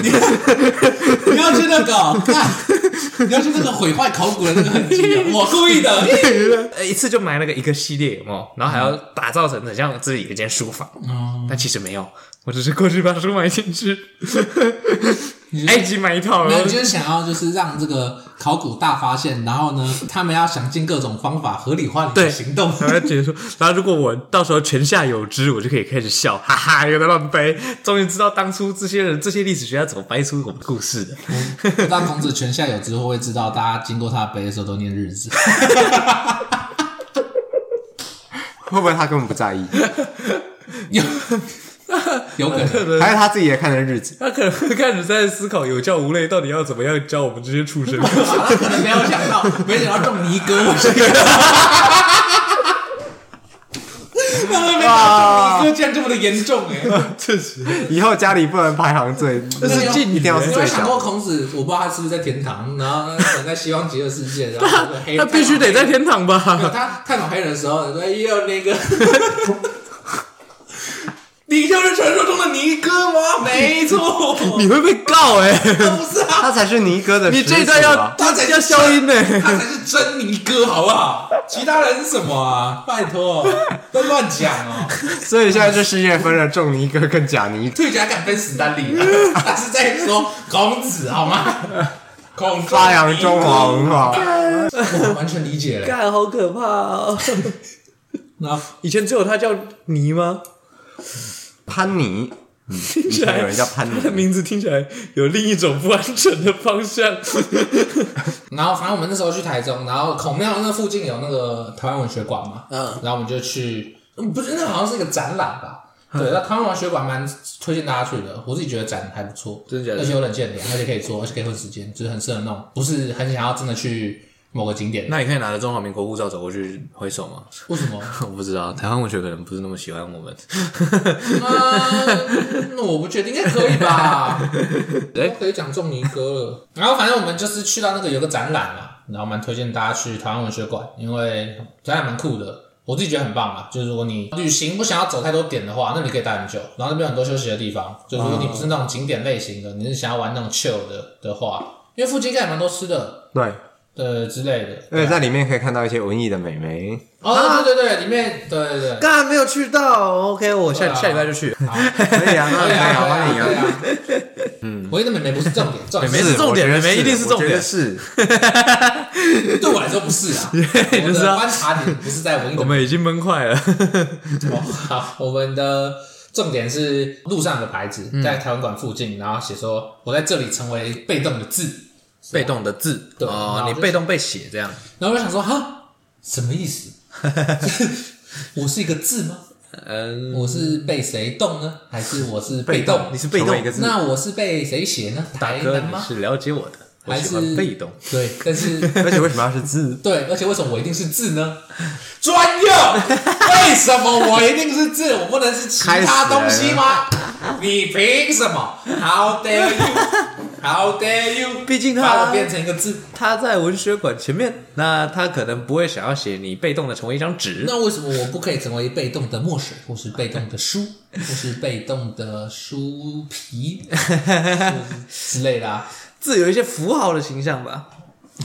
S1: 不要去那个 哦，看，不要去那个毁坏考古的那个痕迹哦，我故意的。
S3: 呃，一次就埋那个一个系列，有没有？然后还要打造成很像自己一间书房，
S1: 哦，
S3: 但其实没有，我只是过去把书埋进去， 哎
S1: 你
S3: 埃及买一套，
S1: 没
S3: 然
S1: 有，
S3: 后
S1: 就是想要就是让这个考古大发现，然后 呢，他们要想尽各种方法合理化你的
S3: 对
S1: 行动。
S3: 然后他觉得说，然后如果我到时候泉下有知，我就可以开始笑，哈哈，有点乱掰。终于知道当初这些人、这些历史学家怎么掰出我们故事的。
S1: 不知道孔子泉下有知会不会知道，大家经过他的碑的时候都念日子。
S2: 会不会他根本不 在意？
S1: 有 有可 能，
S2: 还是他自己也看的日子？
S3: 他可能会开始在思考有教无类到底要怎么样教我们这些畜 生。
S1: 他可能没有想到，没想到种尼 哥，我是
S2: 哇，
S1: 哥竟然这么的严重哎、
S3: 确实，
S2: 以后家里不能排行最，这
S1: 是禁语
S2: 一定要是
S1: 你有没
S2: 最
S1: 有想过
S2: 小。
S1: 孔子？我不知道他是不是在天堂，然后他可能在西方极乐世界，然后那个黑
S3: 他必须得在天堂
S1: 没有
S3: 吧？
S1: 他看到黑人的时候，你说也有那 个，你就是传说中的尼哥吗？没 错，
S3: 你会被告哎、
S2: 欸
S1: 他不是啊，
S2: 他才是尼哥的
S3: 你
S2: 始祖啊，
S3: 这一段要
S1: 他才是
S3: 要消音呢、
S1: 他才是真尼哥，好不好？ 其他人是什么啊？拜托，都乱讲哦。
S2: 所以现在这世界分了重尼哥跟假尼哥。
S1: 退甲敢分史丹 利啊，他是在说孔子好吗？ 孔子
S2: 发扬中华文化，
S1: 我完全理解了。
S3: 干，好可怕哦！
S1: 然后
S3: 以前只有他叫泥吗？
S2: 潘尼，
S3: 听起来
S2: 有人叫潘尼
S3: 啊他的名字听起来有另一种不完整的方向。
S1: 然后反正我们那时候去台中，然后孔庙那附近有那个台湾文学馆嘛，
S3: 嗯
S1: 然后我们就去，嗯不是那好像是一个展览吧？对，那台湾文学馆蛮推荐大家去的，我自己觉得展还不错，
S3: 真的假的
S1: 而且有冷见点，而且可以做，而且可以混时间，就是很适合那种不是很想要真的去某个景点。
S3: 那你可以拿着中华民国护照走过去挥手吗？
S1: 为什么？
S3: 我不知道，台湾文学可能不是那么喜欢我们。
S1: 嗯，那我不确定，应该可以吧？
S3: 哎
S1: 都可以讲仲尼哥了。然后反正我们就是去到那个有个展览啦，然后蛮推荐大家去台湾文学馆，因为展览蛮酷的。我自己觉得很棒啦，就是如果你旅行不想要走太多点的话，那你可以待很久。然后那边有很多休息的地方，就是如果你不是那种景点类型的，你是想要玩那种 chill 的的话，因为附近应该也蛮多吃的，
S2: 对，
S1: 呃之类的。
S2: 而且在里面可以看到一些文艺的美眉。
S1: 哦，对对对，里面对对 对，
S3: 刚才没有去到，OK，我
S1: 下下礼拜
S3: 就去。
S2: 可以啊，那 可
S1: 对
S2: 以
S1: 啊，
S2: 啊，欢迎
S1: 对啊。
S2: 啊。
S1: 嗯，我觉得美眉不是重点，重点
S3: 美眉是重点
S2: 我觉得
S3: 美眉一定是重点
S2: 我觉得是
S1: 对我来说不是 啊，
S3: 就
S1: 我
S3: 是
S1: 的
S3: 啊
S1: 观察点不是在 文艺
S3: 我
S1: 的
S3: 们已经闷坏了，
S1: 哦好，我们的重点是路上的牌子，
S3: 嗯
S1: 在台湾馆附近，然后写说我在这里成为被动的字，
S3: 被动的字
S1: 对然后就是
S3: 动被写这样，
S1: 然后我就想说哈，什么意思？ 我是一个字吗？
S3: 嗯，
S1: 我是被谁动呢？还是我是
S2: 被
S1: 被动？
S2: 你是被动
S3: 一个
S1: 那我是被谁写呢？
S3: 大
S1: 台
S3: 哥
S1: 南
S3: 你
S1: 吗？
S3: 是了解我的，我
S1: 还
S3: 喜
S1: 是
S3: 欢被 动。？
S1: 对，但是？
S2: 而且为什么要是字
S1: 对，而且为什么我一定是字呢？ 专用，为什么我一定是字？我不能是其他东西 吗？你凭什么？How dare you？How dare you？
S3: 毕竟他
S1: 把我变成一个字，
S3: 他在文学馆前面，那他可能不会想要写你被动的成为一张纸。
S1: 那为什么我不可以成为被动的墨水，或是被动的 书，或是被动的书皮之类的、 啊？
S3: 字有一些符号的形象吧？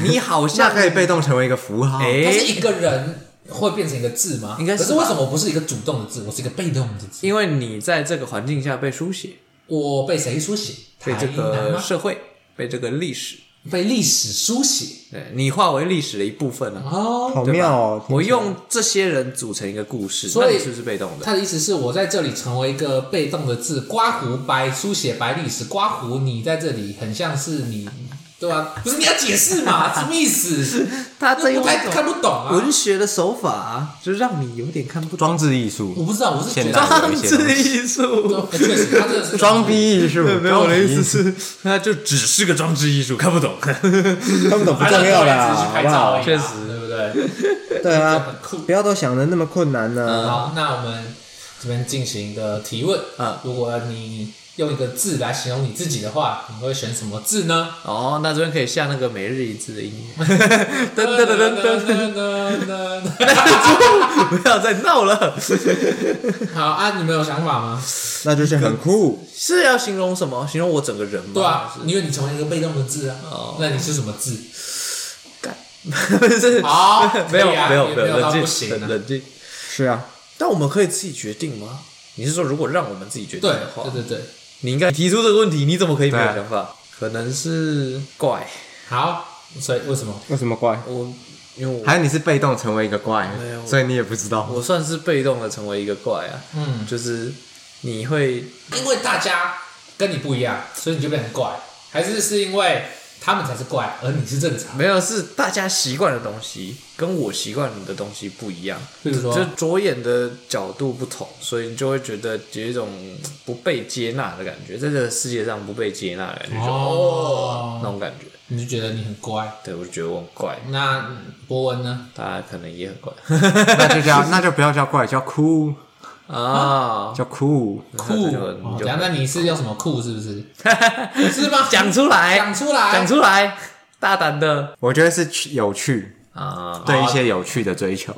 S3: 你好
S2: 那
S3: 像
S2: 可以被动成为一个符号。
S3: 哎
S1: 但是一个人会变成一个字吗？
S3: 应该是
S1: 可
S3: 吧
S1: 是为什么我不是一个主动的字，我是一个被动的字？
S3: 因为你在这个环境下被书写，
S1: 我被谁书写？
S3: 被这
S1: 台南
S3: 个
S1: 吗
S3: 社会，被这个历史，
S1: 被历史书写
S3: 对你化为历史的一部分了、
S1: 哦。
S2: 好妙哦！
S3: 我用这些人组成一个故事，
S1: 所以
S3: 那你是不是被动的？
S1: 他的意思是我在这里成为一个被动的字，刮胡白书写白历史，刮胡你在这里很像是你对吧、不是你要解释 嘛？什么意思？
S4: 他这
S1: 不
S4: 用一
S1: 太看
S4: 种
S1: 不懂啊。
S4: 文学的手法啊，就让你有点看不懂。
S2: 装置艺
S1: 我
S2: 术，
S1: 不知道，我是觉
S2: 现
S1: 得
S2: 代有一些
S4: 装
S2: 东
S4: 置
S2: 西
S4: 艺术，
S1: 哎确实，他这个是
S2: 装逼艺术，
S4: 没有我的意思
S2: 是
S4: 是，
S3: 那就只是个装置艺术，看不懂。
S2: 他们懂不
S1: 反正
S2: 重要啦，
S1: 自己去
S2: 好
S1: 拍
S2: 不
S1: 照而已
S2: 好
S1: 嘛？
S3: 确实
S1: 对不对？
S2: 对
S1: 很
S2: 啊
S1: 酷，
S2: 不要都想的那么困难呢。
S1: 好，那我们这边进行一个提问。
S3: 嗯
S1: 如果你用一个字来形容你自己的话，你会选什么字呢？
S3: 哦，那这边可以下那个每日一字的音乐，
S1: 噔
S3: 噔
S1: 噔
S3: 噔噔
S1: 噔
S3: 噔
S1: 噔噔噔。
S3: 噔，不要再闹了。
S1: 好啊，你们有想法吗？
S2: 那就是很酷，
S3: 是要形容什么？形容我整个人吗？
S1: 对啊，因为你成为一个被动的字啊。
S3: 哦
S1: 那你是什么字？
S3: 还是，是
S1: 好，
S3: 没有
S1: 可以啊
S3: 没有
S1: 也
S3: 没
S1: 没有到
S3: 冷
S1: 不
S3: 静，
S1: 行
S3: 很
S1: 啊。
S3: 冷静。
S2: 是啊，
S3: 但我们可以自己决定吗？你是说如果让我们自己决定
S1: 对
S3: 的话，
S1: 对对对，
S3: 你应该提出这个问题，你怎么可以没有
S2: 对
S3: 想法？可能是怪
S1: 好，所以为什么？
S2: 为什么怪？
S3: 我，因为我
S2: 还有你是被动成为一个怪
S3: 没有，
S2: 所以你也不知道。
S3: 我算是被动的成为一个怪啊，
S1: 嗯，
S3: 就是你会
S1: 因为大家跟你不一样，所以你就变成怪，还是是因为他们才是怪，而你是正常？
S3: 没有是大家习惯的东西跟我习惯的东西不一样，
S1: 比如说
S3: 就着眼的角度不同，所以你就会觉得有一种不被接纳的感觉，在这个世界上不被接纳的感觉，就
S1: 哦
S3: 那种感觉。
S1: 你就觉得你很乖。
S3: 对，我就觉得我很怪，
S1: 那嗯博文呢？
S3: 大家可能也很怪
S2: 那就叫那就不要叫怪，叫酷，
S3: 啊。
S2: 叫酷。
S1: 酷，
S3: 就
S1: 哦
S3: 就
S1: 等一下那你是用什么酷？是不 是？是吗？
S3: 讲出来，
S1: 讲出来
S3: 讲出来，大胆的
S2: 我觉得是去有趣，
S3: 啊！
S2: 对一些有趣的追求。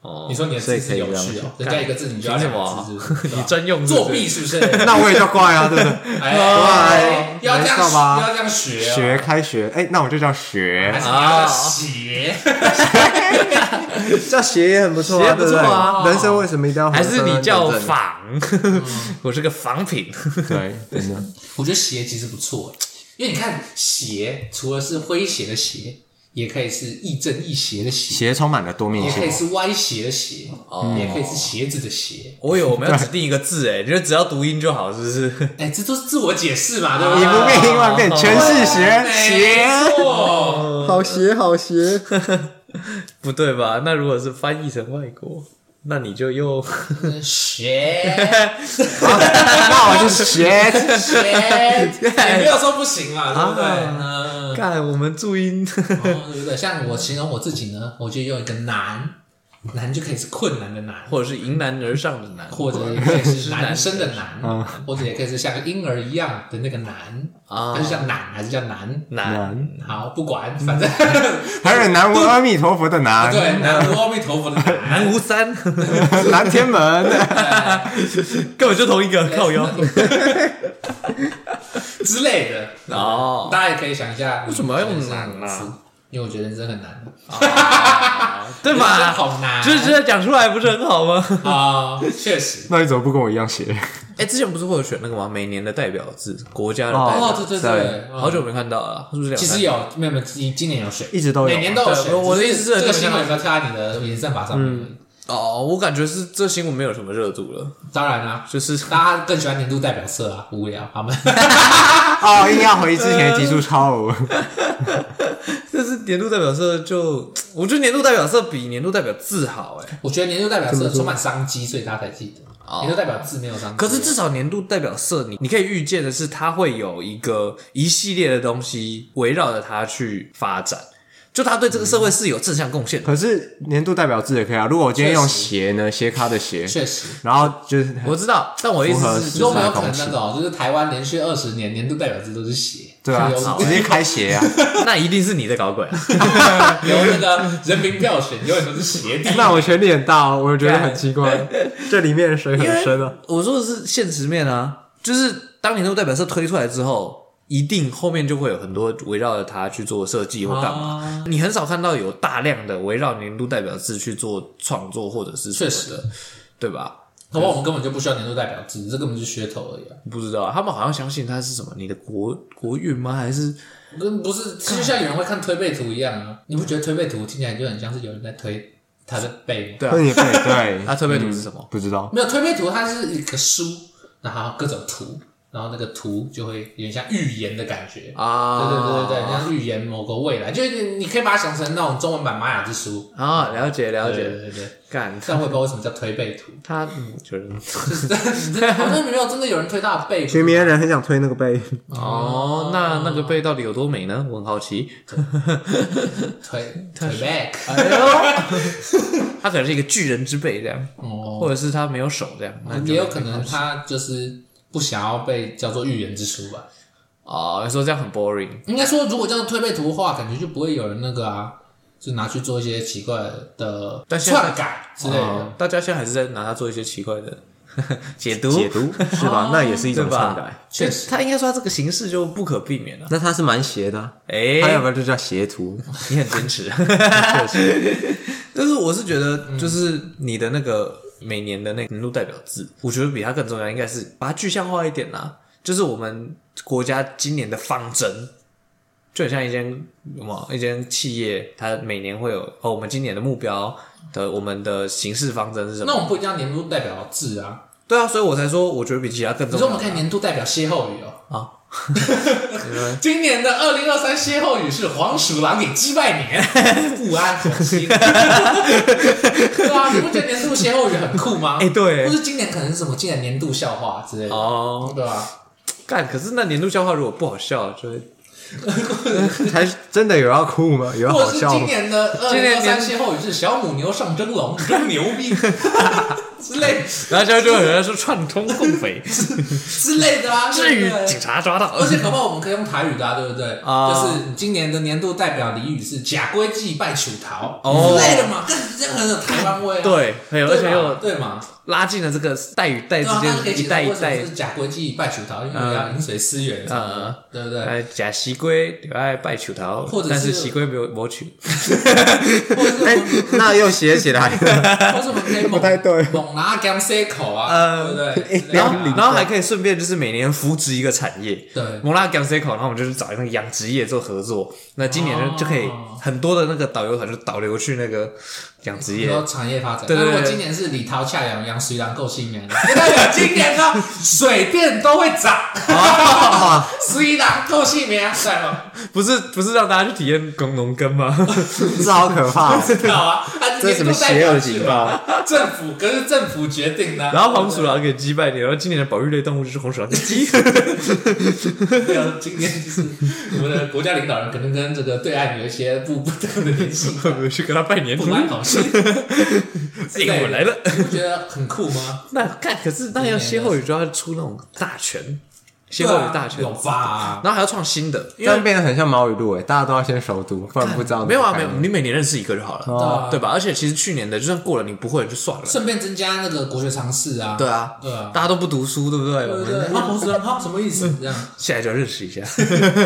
S3: 哦
S1: 你，说你的字是有趣哦，
S2: 所
S1: 人家一个字你就要两
S2: 啊
S1: 个字，是不 是
S3: 你专用是不是
S1: 作弊是不是？
S2: 那我也叫怪 啊，对不对？
S1: 哎，要这样
S2: 没错吧
S1: 要这样学哦
S2: 学，开学，哎，那我就叫
S1: 还
S2: 学，
S1: 是你要写？
S2: 叫学也很不错
S3: 学
S2: 啊，
S3: 也不
S2: 对
S3: 错
S2: 对
S3: 啊？
S2: 人生为什么一定要
S3: 还是你叫
S2: 法？
S3: 仿？ 我是个仿品。
S2: 对，真的，
S1: 我觉得鞋其实不错，因为你看鞋，除了是诙谐的鞋，也可以是亦正亦邪的邪，
S2: 鞋充满了多面
S1: 也可以
S2: 性。
S1: 是歪斜的斜，
S2: 哦
S1: 也可以是鞋子的鞋。
S3: 我以为我们要指定一个字，哎，你就只要读音就好，是不是？
S1: 哎，这都是自我解释嘛，对不
S2: 以不
S1: 对？
S2: 变应万变，全是学
S1: 没
S2: 学，
S1: 错
S2: 好学好学。
S3: 不对吧？那如果是翻译成外国，那你就 又，
S1: 鞋
S2: 那我就学，
S1: 鞋，也没有说不行嘛，对不对？
S2: 啊
S1: 嗯
S3: 干我们注音
S1: 哦对不对？像我形容我自己呢，我就用一个难，难就可以是困难的难，
S3: 或者是迎难而上的难，
S1: 或者也可以是男生的男，或者也可以是像婴儿一样的那个男，
S3: 啊
S1: 它是叫男还是叫男？
S3: 难
S1: 好，不管，反正
S3: 嗯
S2: 还有南无阿弥陀佛的南，
S1: 对，南无阿弥陀佛的男，
S3: 难无 三，
S2: 南天门。
S3: 根本就同一个靠腰
S1: 之类的。
S3: 哦。
S1: 大家也可以想一下，为
S3: 什么要用难啊？
S1: 因为我觉得人生很难，
S3: 对
S1: 人生
S3: 嘛？
S1: 好难，
S3: 就是直接讲出来不是很好吗？
S1: 啊，确实。
S2: 那你怎么不跟我一样写？
S3: 哎、之前不是会有选那个吗？每年的代表字，国家的
S2: 哦
S3: 代表
S1: 哦，
S3: 字，
S1: 对对
S2: 对
S1: 对，
S3: 好久没看到了，是不是？
S1: 其实，有，没有没有，今今年有选，
S2: 一直都有
S1: 每年都有
S3: 对
S1: 选。
S3: 我我的
S1: 只
S3: 意思是
S1: 这个
S3: 这个
S1: 新闻有没有贴在你的演算法上面？
S2: 嗯
S3: 哦，我感觉是这新闻没有什么热度了，
S1: 当然啦，
S3: 就是
S1: 大家更喜欢年度代表色啊，无聊他们。
S2: 哦，硬要回之前的集数超偶。
S3: 这是年度代表色就，我觉得年度代表色比年度代表字好哎、
S1: 我觉得年度代表色充满商机，所以大家才记得。
S3: 哦
S1: 年度代表字没有商机，
S3: 可是至少年度代表色你，你可以预见的是，它会有一个一系列的东西围绕着它去发展，就它对这个社会是有正向贡献的。
S2: 可是年度代表字也可以啊。如果我今天
S1: 确实
S2: 用鞋呢，鞋咖的鞋，
S1: 确实。
S2: 然后就是
S3: 我知道，但我意
S2: 嗯符合
S3: 思
S1: 你
S3: 是，
S1: 说
S2: 时
S1: 没
S2: 代
S1: 有可
S2: 同
S1: 能那
S2: 时，
S1: 种，就是台湾连续二十年年度代表字都是血，
S2: 对啊
S1: 有，
S2: 直接开鞋啊。
S3: 那一定是你在搞鬼、啊。
S1: 有那个人民票选，永远都是鞋底。
S2: 那我权力很大，哦，我觉得很奇怪，这里面水很深啊。
S3: 我说的是现实面啊，就是当年度代表色推出来之后，一定后面就会有很多围绕着它去做设计或干嘛。
S1: 啊
S3: 你很少看到有大量的围绕年度代表字去做创作或者是什
S1: 确实
S3: 么的，对吧？
S1: 恐怕我们根本就不需要年度代表字，这根本就是噱头而已啊。
S3: 不知道啊，他们好像相信它是什么你的国国运吗？还是
S1: 跟不是，就像有人会看推背图一样啊。你不觉得推背图听起来就很像是有人在推他的背吗？
S3: 对啊
S2: 那？你可以对 嗯
S3: 它特别图是什么？
S2: 不知道
S1: 没有推背图，它是一个书，然后各种图，然然后那个图就会有点像预言的感觉。对
S3: 啊，
S1: 对对对对，像预言某个未来，就是你可以把它想成那种中文版玛雅之书。
S3: 啊，了解了
S1: 对对
S3: 解，
S1: 对对，
S3: 干
S1: 但我也不知道为什么叫推背 图，
S3: 他嗯就是
S1: 好像没有真的有人推他的背。
S2: 全民人很想推那个背，
S3: 哦，那那个背到底有多美呢？我很好奇，
S1: 推推背，
S3: 他可能是一个巨人之背这样，
S1: 哦，
S3: 或者是他没有手这样，那就
S1: 也有可能他就是不想要被叫做预言之书吧。
S3: 哦，说这样很 boring
S1: 应该说，如果这样推背图的话，感觉就不会有人那个啊，就拿去做一些奇怪的
S3: 但现在
S1: 篡改之类的。
S3: 哦大家现在还是在拿它做一些奇怪的 解读，
S2: 解读是吧？那也是一种
S3: 哦对吧
S2: 篡改。
S1: 确实，
S3: 他应该说他这个形式就不可避免了。
S2: 那他是蛮邪的啊，
S3: 哎、
S2: 他要不要就叫邪 徒？
S3: 你很坚 持，嗯但是我是觉得，就是你的那个每年的那个年度代表字，我觉得比它更重要，应该是把它具象化一点啦。就是我们国家今年的方针，就很像一间什么一间企业，它每年会有哦，我们今年的目标的我们的行事方针是什
S1: 那
S3: 么？
S1: 我们不一定要年度代表字啊，
S3: 对啊，所以我才说，我觉得比其他更
S1: 可
S3: 重
S1: 是
S3: 要
S1: 我
S3: 啦。
S1: 们可以年度代表歇后语哦。
S3: 啊，
S1: 今年的二零二三歇后语是黄鼠狼给击败年，不安可心。 对啊，你不觉得年度歇后语很酷吗？
S3: 哎对
S1: 或是今年可能是什么今年年度笑话之类的，
S3: 哦，
S1: 对啊吧？
S3: 干，可是那年度笑话如果不好笑，就会
S2: 才真的有要 哭吗？有要
S1: 或
S2: 好
S1: 者是
S2: 笑
S1: 今
S2: 吗？
S1: 年的二
S3: 今
S1: 零二
S3: 年
S1: 三
S3: 年
S1: 歇后语是小母牛上蒸笼，真牛逼之 类
S3: 然后就就会有人说串通共 匪，
S1: 之类的啊。
S3: 至于
S1: 对不对
S3: 警察抓到，
S1: 而且搞不好我们可以用台语的、啊，对不对？
S3: 啊
S1: 就是今年的年度代表俚语是“假规祭拜楚桃”
S3: 哦
S1: 之类的嘛，但是这样很有台湾味啊。
S3: 对，还有
S1: 对吧，
S3: 而且又
S1: 对嘛，
S3: 拉近了这个代与代
S1: 对
S3: 之
S1: 啊，那可以
S3: 间
S1: 解
S3: 一
S1: 释
S3: 代
S1: 为
S3: 一
S1: 什么
S3: 代
S1: 是，假规祭拜楚桃，因为要饮水思源，
S3: 嗯
S1: 对不对？
S3: 呃，假西龟有爱拜球桃，
S1: 或者是
S3: 但是西龟没有没取，
S1: 或者是
S2: 哎，那又邪起来 了。
S1: 或者我们可以猛
S2: 不太对
S1: 猛拿江塞口啊，对
S3: 嗯
S1: 不 对？之类的
S3: 然
S1: 啊
S3: 后然后还可以顺便就是每年扶植一个产业，
S1: 对
S3: 蒙拉 g a m s e 然后我们就是找那个养殖业做合作，那今年
S1: 哦
S3: 就就可以很多的那个导游团就导流去那个养殖业
S1: 说，产业发展。
S3: 对
S1: 那
S3: 对
S1: 如果
S3: 对
S1: 今年是李涛恰阳阳，虽然够新 年，代表今年呢水电都会涨， 虽然够新年，对吗？
S3: 不是不是让大家去体验工农 耕吗？
S2: 这好可 怕、哦！
S1: 知道啊，啊
S2: 这是什么邪恶警告？
S1: 政府可是政府决定的啊、
S3: 然后黄鼠狼给击败你，然后今年的保育类动物就是黄鼠狼 跟鸡。
S1: 对啊，今天就是我们的国家领导人可能跟这个对岸有一些不不当的联系，
S3: 我们去跟他拜年，
S1: 不蛮好心。
S3: 哎我来了。
S1: 你不觉得很酷 吗？
S3: 那看，可是那要歇后语就要出那种大全，歇后语大全，
S1: 对啊有吧？
S3: 然后还要创新的，
S2: 这
S3: 因
S2: 样
S3: 为
S2: 变得很像毛语录哎，大家都要先熟读，不然不知道。
S3: 没有啊，没有，你每年认识一个就好了，
S1: 对啊
S3: 对吧？而且其实去年的就算过了，你不会就算了。
S1: 顺便增加那个国学常识啊。
S3: 对啊，
S1: 对啊
S3: 大家都不读书，对不对？
S1: 对
S3: 我
S1: 不对？
S3: 们
S1: 啊，同时啊，什么意思？这样
S3: 现在就要认识一下。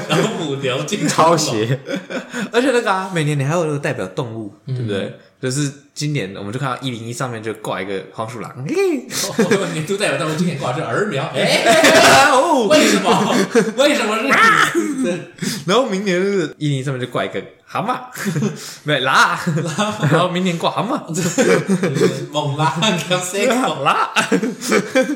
S1: 老虎聊金
S2: 抄，袭，
S3: 而且那个啊，每年你还有那个代表动物，
S1: 嗯
S3: 对不对？就是今年我们就看到一零一上面就挂一个黄鼠狼，
S1: 年度代表动物今年挂这儿苗，哎、
S3: 哦，
S1: 为什 么？为什么是你？对
S3: 然后明年就是一零一上面就挂一个蛤蟆， 没 拉，然后明年挂蛤蟆，
S1: 猛拉 c
S3: 拉，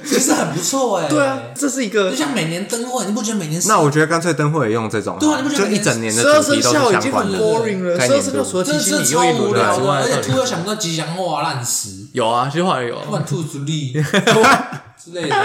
S1: 其实很不错哎、
S3: 对啊，这是一个
S1: 就像每年灯会，你不觉得每年
S2: 那我觉得干脆灯会也用这种，
S1: 对啊你不觉得
S2: 就一整年的
S3: 十二
S2: 主
S3: 生
S2: 题都
S3: 肖已
S2: 是相
S3: 经很
S2: 关的。
S3: boring 了，
S2: 概
S3: 十二
S2: 念
S3: 生肖除了
S1: 真
S3: 提
S1: 的
S3: 醒
S1: 是
S3: 你
S1: 超
S3: 又一
S1: 无
S3: 轮
S1: 聊啊
S3: 之
S1: 的，
S3: 外，
S1: 而
S3: 到
S1: 且
S3: 底
S1: 突然想不到吉祥话烂死
S3: 有啊，这话也有，
S1: ，one two three 之类的，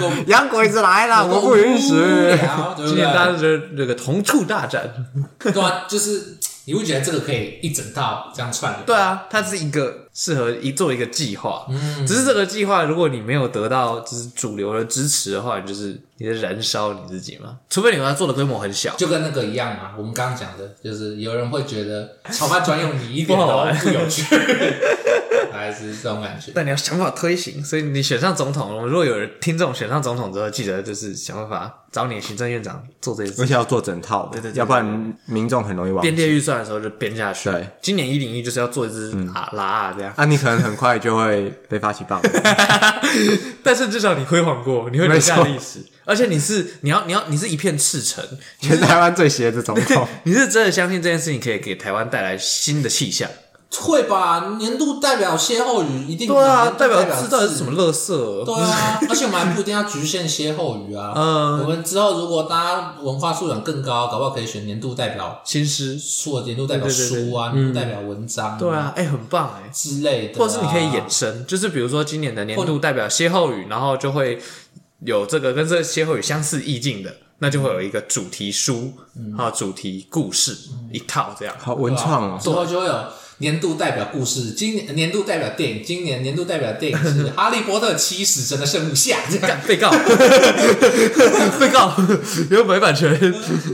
S1: 够
S2: 洋鬼子来了，我不 允许。，
S1: 够无聊对不
S3: 今年大家
S1: 对？
S3: 的这个同处大战，
S1: 对啊，就是你会觉得这个可以一整套这样串联，
S3: 对啊，它是一个适合一做一个计划，嗯，只是这个计划如果你没有得到就是主流的支持的话，你就是你在燃烧你自己嘛，除非你把它做的规模很小，
S1: 就跟那个一样嘛。我们刚刚讲的，就是有人会觉得炒饭专用你一点
S3: 不好
S1: 都
S3: 玩
S1: 不有 趣，还是这种感觉。
S3: 但你要想法推行，所以你选上总统，如果有人听众选上总统之后，记得就是想办法找你的行政院长做这件事
S2: 而。且要做整套的，对
S3: 对对
S2: 要不然民众很容易忘
S3: 嗯编
S2: 记。
S3: 列预算的时候就编下去。
S2: 对，
S3: 今年一零一就是要做一只啊拉啊这样，
S2: 啊，你可能很快就会被发起暴 动。
S3: 但是至少你辉煌过，你会留
S2: 没
S3: 下
S2: 错
S3: 历史，而且你是你要你要你是一片赤诚，
S2: 全台湾最邪的总统，
S3: 你是真的相信这件事情可以给台湾带来新的气象。
S1: 会吧？年度代表歇后语一定
S3: 对啊，
S1: 年度
S3: 代表
S1: 字
S3: 字到底是什么乐色？
S1: 对啊，而且我们还不一定要局限歇后语啊。
S3: 嗯
S1: 我们之后如果大家文化素养更高，搞不好可以选年度代表
S3: 新诗，
S1: 书、年度代表
S3: 对对对
S1: 书啊、年度代表文章
S3: 对啊，哎、很棒哎、
S1: 之类的啊，
S3: 或者是你可以衍生，就是比如说今年的年度代表歇后语，然后就会有这个跟这个歇后语相似意境的，那就会有一个主题书，还有主题故事一套这样。
S2: 好文创哦，
S1: 之后就会有年度代表故事，今年年度代表电影，今年年度代表电影是《哈利波特七死神的圣物下》这样。
S3: 干被 告，被告，有没有版权？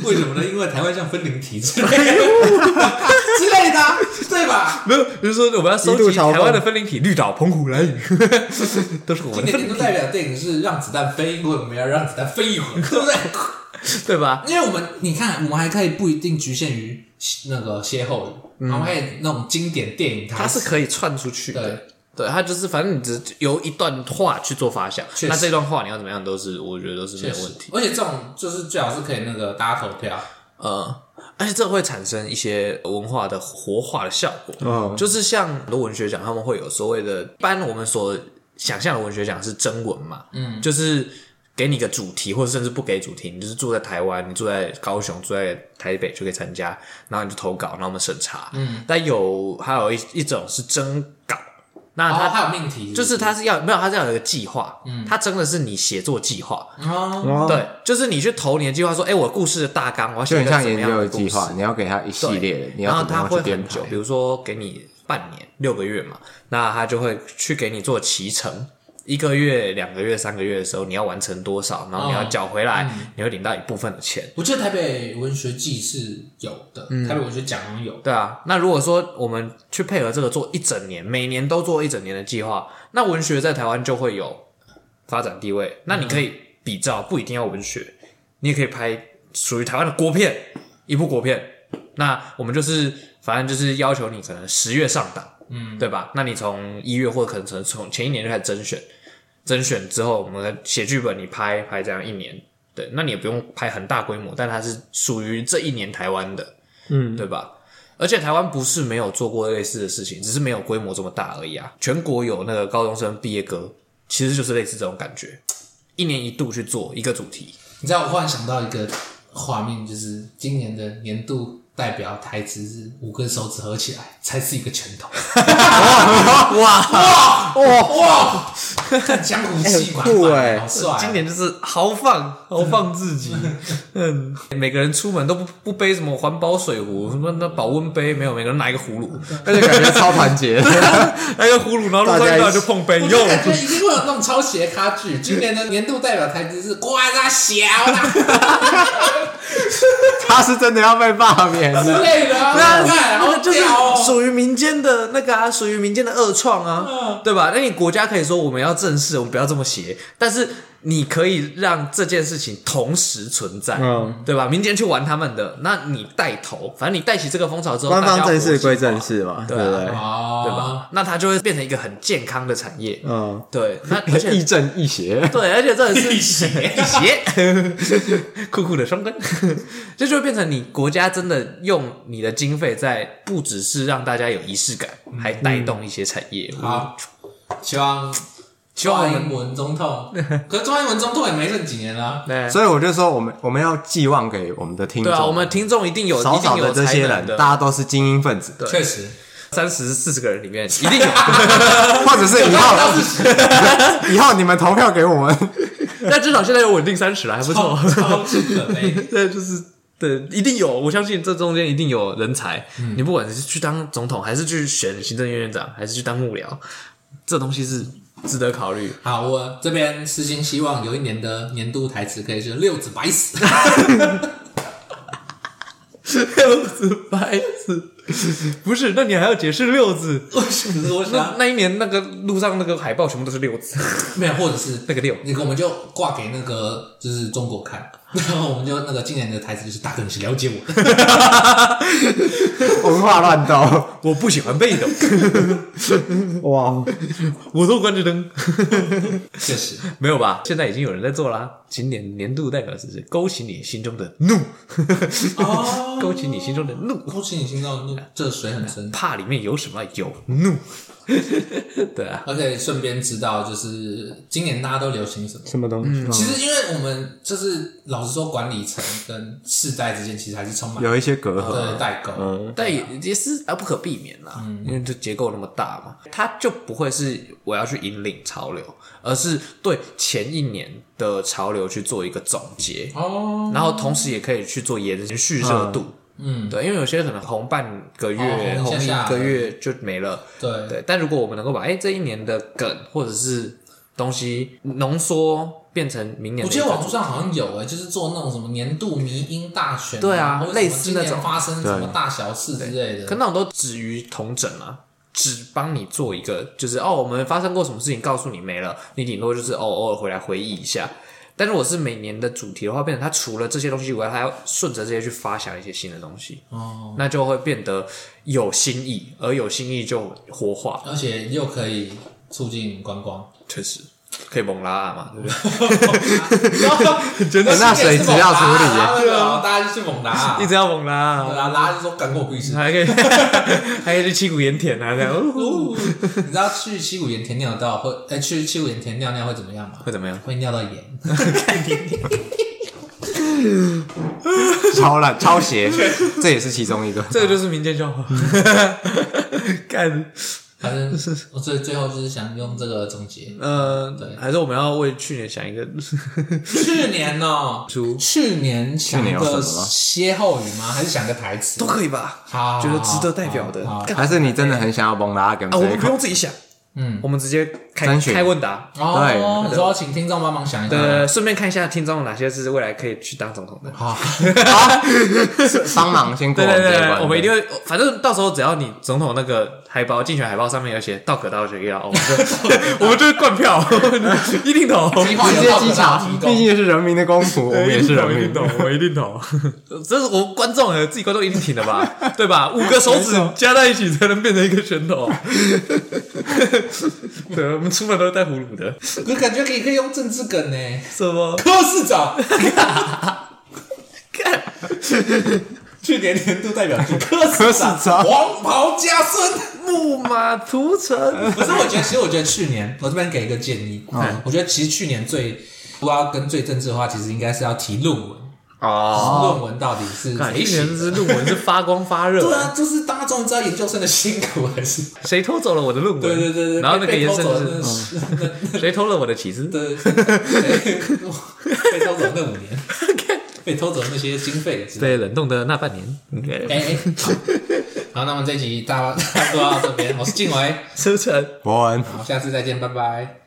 S1: 为什么呢？因为台湾像分灵体之类的
S3: 哎
S1: 之类的啊，对吧？
S3: 没有，就是说我们要收
S4: 一度
S3: 集
S4: 嘲讽
S3: 台湾的分灵体，绿岛、澎湖、蓝屿， 都是我
S1: 今
S3: 们的
S1: 年
S3: 分
S1: 年
S3: 灵
S1: 度
S3: 体，
S1: 代表电影是《让子弹飞》，因为我们要让子弹飞一会 儿，对不对？
S3: 对吧？
S1: 因为我们你看，我们还可以不一定局限于那个歇后语，然后还有那种经典电影台
S3: 嗯它是
S1: 词，
S3: 可以串出去的
S1: 对。
S3: 对，它就是反正你只由一段话去做发想，
S1: 确实
S3: 那这段话你要怎么样都是，我觉得都是没有问题。
S1: 而且这种就是最好是可以那个大家投票，
S3: 呃，而且这会产生一些文化的活化的效果。
S2: 嗯
S3: 就是像很多文学奖，他们会有所谓的，一般我们所想象的文学奖是征文嘛，嗯，就是给你个主题，或者甚至不给主题，你就是住在台湾，你住在高雄，住在台北就可以参加，然后你就投稿，然后我们审查，嗯，但有还有一一种是征稿，那
S1: 然后
S3: 它
S1: 哦还有命题，
S3: 就是他是要没有，他是要有一个计划，嗯，他真的是你写作计划，
S1: 啊，
S2: 哦
S3: 对，就是你去投你的计划，说，哎、我故事的大纲，我要
S2: 就
S3: 写一
S2: 很
S3: 个
S2: 像
S3: 怎么
S2: 研
S3: 样
S2: 究
S3: 的
S2: 的
S3: 故
S2: 计
S3: 事
S2: 划，你要给他一系列的，你
S3: 然
S2: 要
S3: 后
S2: 怎么
S3: 他
S2: 样去
S3: 会
S2: 编
S3: 很
S2: 排
S3: 久，？比如说给你半年、六个月嘛，那他就会去给你做骑乘，一个月、两个月、三个月的时候，你要完成多少，然后你要
S1: 哦
S3: 缴回来，
S2: 嗯
S3: 你会领到一部分的钱。
S1: 我记得台北文学季是有的，
S3: 嗯
S1: 台北文学奖好像有，
S3: 对啊，那如果说我们去配合这个做一整年，每年都做一整年的计划，那文学在台湾就会有发展地位。那你可以比照，不一定要文学，你也可以拍属于台湾的国片，一部国片。那我们就是反正就是要求你可能十月上档，嗯，对吧？那你从一月或可能从从前一年就开始甄选，甄选之后我们写剧本，你拍拍这样一年。对，那你也不用拍很大规模，但它是属于这一年台湾的，嗯，对吧？而且台湾不是没有做过类似的事情，只是没有规模这么大而已啊。全国有那个高中生毕业歌，其实就是类似这种感觉，一年一度去做一个主题。
S1: 你知道我忽然想到一个画面，就是今年的年度代表台词是五根手指合起来才是一个拳头，哇哇哇哇！江湖气满
S2: 很酷
S1: 满，
S2: 欸
S1: 好帅啊！
S3: 今年就是豪放，豪放 自己。嗯，每个人出门都不不背什么环保水壶，什么那保温杯没有，每个人拿一个葫 芦，
S2: 那就感觉超团结，
S3: 拿一个葫芦，然后路上遇到就碰杯，
S1: 我
S3: 哟
S1: 就，感觉一定会有那种抄袭的咖剧。今年的年度代表台词是“瓜啦小啦
S2: 他是真的要被罢免”
S1: 之
S2: 的。
S1: 类的啊，
S3: 那
S1: 看好
S3: 那就是
S1: 屌哦！
S3: 属于民间的那个啊，属于民间的恶创
S1: 嗯
S3: 啊，对吧？那你国家可以说我们要正视，我们不要这么邪，但是你可以让这件事情同时存在，
S2: 嗯
S3: 对吧？民间去玩他们的，那你带头，反正你带起这个风潮之后，
S2: 官
S3: 大
S2: 方
S3: 家
S2: 正式
S3: 伙起
S2: 归
S3: 来
S2: 正式嘛，对
S3: 对啊
S2: 不对？
S1: 哦
S3: 对吧？那它就会变成一个很健康的产业，
S2: 嗯，
S3: 对。那而
S2: 亦
S3: 且
S2: 正亦邪，
S3: 对，而且这也是
S1: 辟邪
S3: 辟邪， 酷酷的双灯，这就会变成你国家真的用你的经费在，不只是让大家有仪式感，
S2: 嗯
S3: 还带动一些产业。我
S1: 好，希望
S3: 希望我
S1: 蔡
S3: 们
S1: 英文总统，可是蔡英文总统也没剩几年啦。
S3: 对啊
S2: 所以我就说，我们我们要寄望给我们的听
S3: 哎对
S2: 众，
S3: 啊，我们听众一定有
S2: 少少
S3: 一定
S2: 的
S3: 有
S2: 这些
S3: 才能
S2: 人，
S3: 的
S2: 大家都是精英分子，
S3: 对
S1: 确实，
S3: 三十四十个人里面一定 有。
S2: 或者是以后以后你们投票给我们，
S3: 但至少现在有稳定三十了，还不错。
S1: 超级的美。
S3: 对，就是对，一定有，我相信这中间一定有人才。
S2: 嗯
S3: 你不管是去当总统，还是去选行政院院长，还是去当幕僚，这东西是值得考虑。
S1: 好，我这边私心希望有一年的年度台词可以是六子白死，
S3: 六字白字，不是？那你还要解释六字？
S1: 为什么是我啊
S3: 那
S1: 想
S3: 那一年那个路上那个海报全部都是六字，
S1: 没有，或者是
S3: 那个六。
S1: 那个我们就挂给那个就是中国看，然后我们就那个今年的台词就是大哥你是了解我 的，
S2: 文化乱斗，
S3: 我不喜欢被动，
S2: 哇，
S3: 我都关着灯，
S1: 确实
S3: 没有吧？现在已经有人在做啦、今年年度代表是谁？勾起你心中的怒，
S1: 哦
S3: 勾起你心中的怒，
S1: 勾起你心中的这水很 深，
S3: 怕里面有什么？有怒，对啊，
S1: 而且顺便知道就是今年大家都流行什么。
S2: 什么东西？
S3: 嗯
S1: 其实，因为我们就是老实说，管理层跟世代之间其实还是充满
S2: 有一些隔
S1: 的
S3: 呃
S2: 阂，
S1: 代沟。
S3: 但也也是啊不可避免啦，
S1: 嗯
S3: 因为这结构那么大嘛，它就不会是我要去引领潮流，而是对前一年的潮流去做一个总结，
S1: 哦，
S3: 然后同时也可以去做延续热度。
S1: 嗯，
S3: 对，因为有些可能红半个月、
S1: 哦红一
S3: 红
S1: 下下
S3: 一个月就没了。
S1: 对
S3: 对，但如果我们能够把哎、这一年的梗或者是东西浓缩变成明年
S1: 我
S3: 的
S1: 记
S3: 一个
S1: 得
S3: 主
S1: 网络
S3: 题，
S1: 上好像有哎、就是做那种什么年度迷因大选、
S3: 对啊
S1: 或者什么
S3: 类似
S1: 今年
S3: 那种
S1: 发生什么大小事之类的。
S3: 可那种都止于同整啊，只帮你做一个，就是哦，我们发生过什么事情，告诉你没了，你顶多就是哦，偶尔回来回忆一下。但是我是每年的主题的话，变成它除了这些东西以外，它要顺着这些去发想一些新的东西，
S1: 哦，
S3: 那就会变得有新意，而有新意就活化，
S1: 而且又可以促进观光。
S3: 确实可以猛拉啊嘛，对不对？
S1: 真哎
S2: 的欸那水质要处理耶
S1: 对啊，大家就去猛拉啊，
S3: 一直要猛拉啊，
S1: 拉拉就说干过我屁事。
S3: 还可以 还可以去七股盐田啊，这样、哦、
S1: 哦你知道去七股盐田尿道会，哎、去七股盐田尿尿会怎么样吗？
S3: 会怎么样？
S1: 会尿到盐。
S2: 超烂超 邪，这也是其中一个。
S3: 这个就是民间笑话， 干。
S1: 反正我最最后就是想用这个总 结。
S3: 呃
S1: 对，
S3: 还是我们要为去年想一个
S1: 去年哦、
S3: 猪
S1: 去年想
S2: 去年有什
S1: 个
S2: 么吗
S1: 歇后语吗？还是想个台词？
S3: 都可以吧？
S1: 好，
S3: 觉得值得代表的，
S1: 好好
S3: 干
S2: 还是你真的很想要蒙拉跟
S3: 啊，我们
S2: 谁
S3: 不
S2: 看？
S3: 用自己想，
S1: 嗯
S3: 我们直接开
S2: 甄选
S3: 开问答，
S1: 好哦，
S2: 对
S1: 你说请听众帮忙想一下。
S3: 呃，顺便看一下听众哪些是未来可以去当总统的。
S1: 好，
S2: 帮忙先过
S3: 对
S2: 我们
S3: 对
S2: 这一
S3: 对，
S2: 关。
S3: 我们一定会，反正到时候只要你总统那个海报竞选海报上面有写“道可道，学可 道”，我们就 我们就是灌票，一定投，
S1: 计划
S2: 直
S1: 由
S2: 接
S1: 道可
S2: 稽
S1: 道
S2: 查
S1: 提，
S2: 毕竟
S1: 供。
S2: 也是人民的公仆，我们也是人
S3: 我一定
S2: 民。
S3: 懂，我一定懂。这是我观众呃，自己观众一定挺的 吧？对吧？五个手指加在一起才能变成一个拳 头。对，我们出门都是带葫芦的。
S1: 我感觉可以可以用政治梗呢。
S3: 什么？
S1: 柯市长，
S3: 看，
S1: 去年年度代表是柯
S2: 柯
S1: 市
S2: 市
S1: 长，
S2: 长
S1: 黄袍加身。
S3: 木马屠城。
S1: 可是我觉得，其实我觉得去年，我这边给一个建议，我觉得其实去年最如果要跟最政治的话，其实应该是要提论文，
S3: 哦，
S1: 论文到底是
S3: 感
S1: 谁
S3: 觉
S1: 写
S3: 人
S1: 的？
S3: 是论文是发光发
S1: 对
S3: 热，
S1: 啊，就是大家终于知道研究生的辛苦还是
S3: 谁偷走了我的论文？
S1: 对对对对，
S3: 然后那个
S1: 被
S3: 延
S1: 偷
S3: 伸
S1: 走了
S3: 就是嗯
S1: 那那
S3: 谁偷了我的起司？
S1: 对，被偷走那五 年，被偷走那些经费之类的。
S3: 在冷冻的那半年，
S1: 哎哎，好，好，那我们这集大家大家做到这边，我是静伟，
S3: 收成。
S2: 伯恩。
S1: 好，下次再见，拜拜。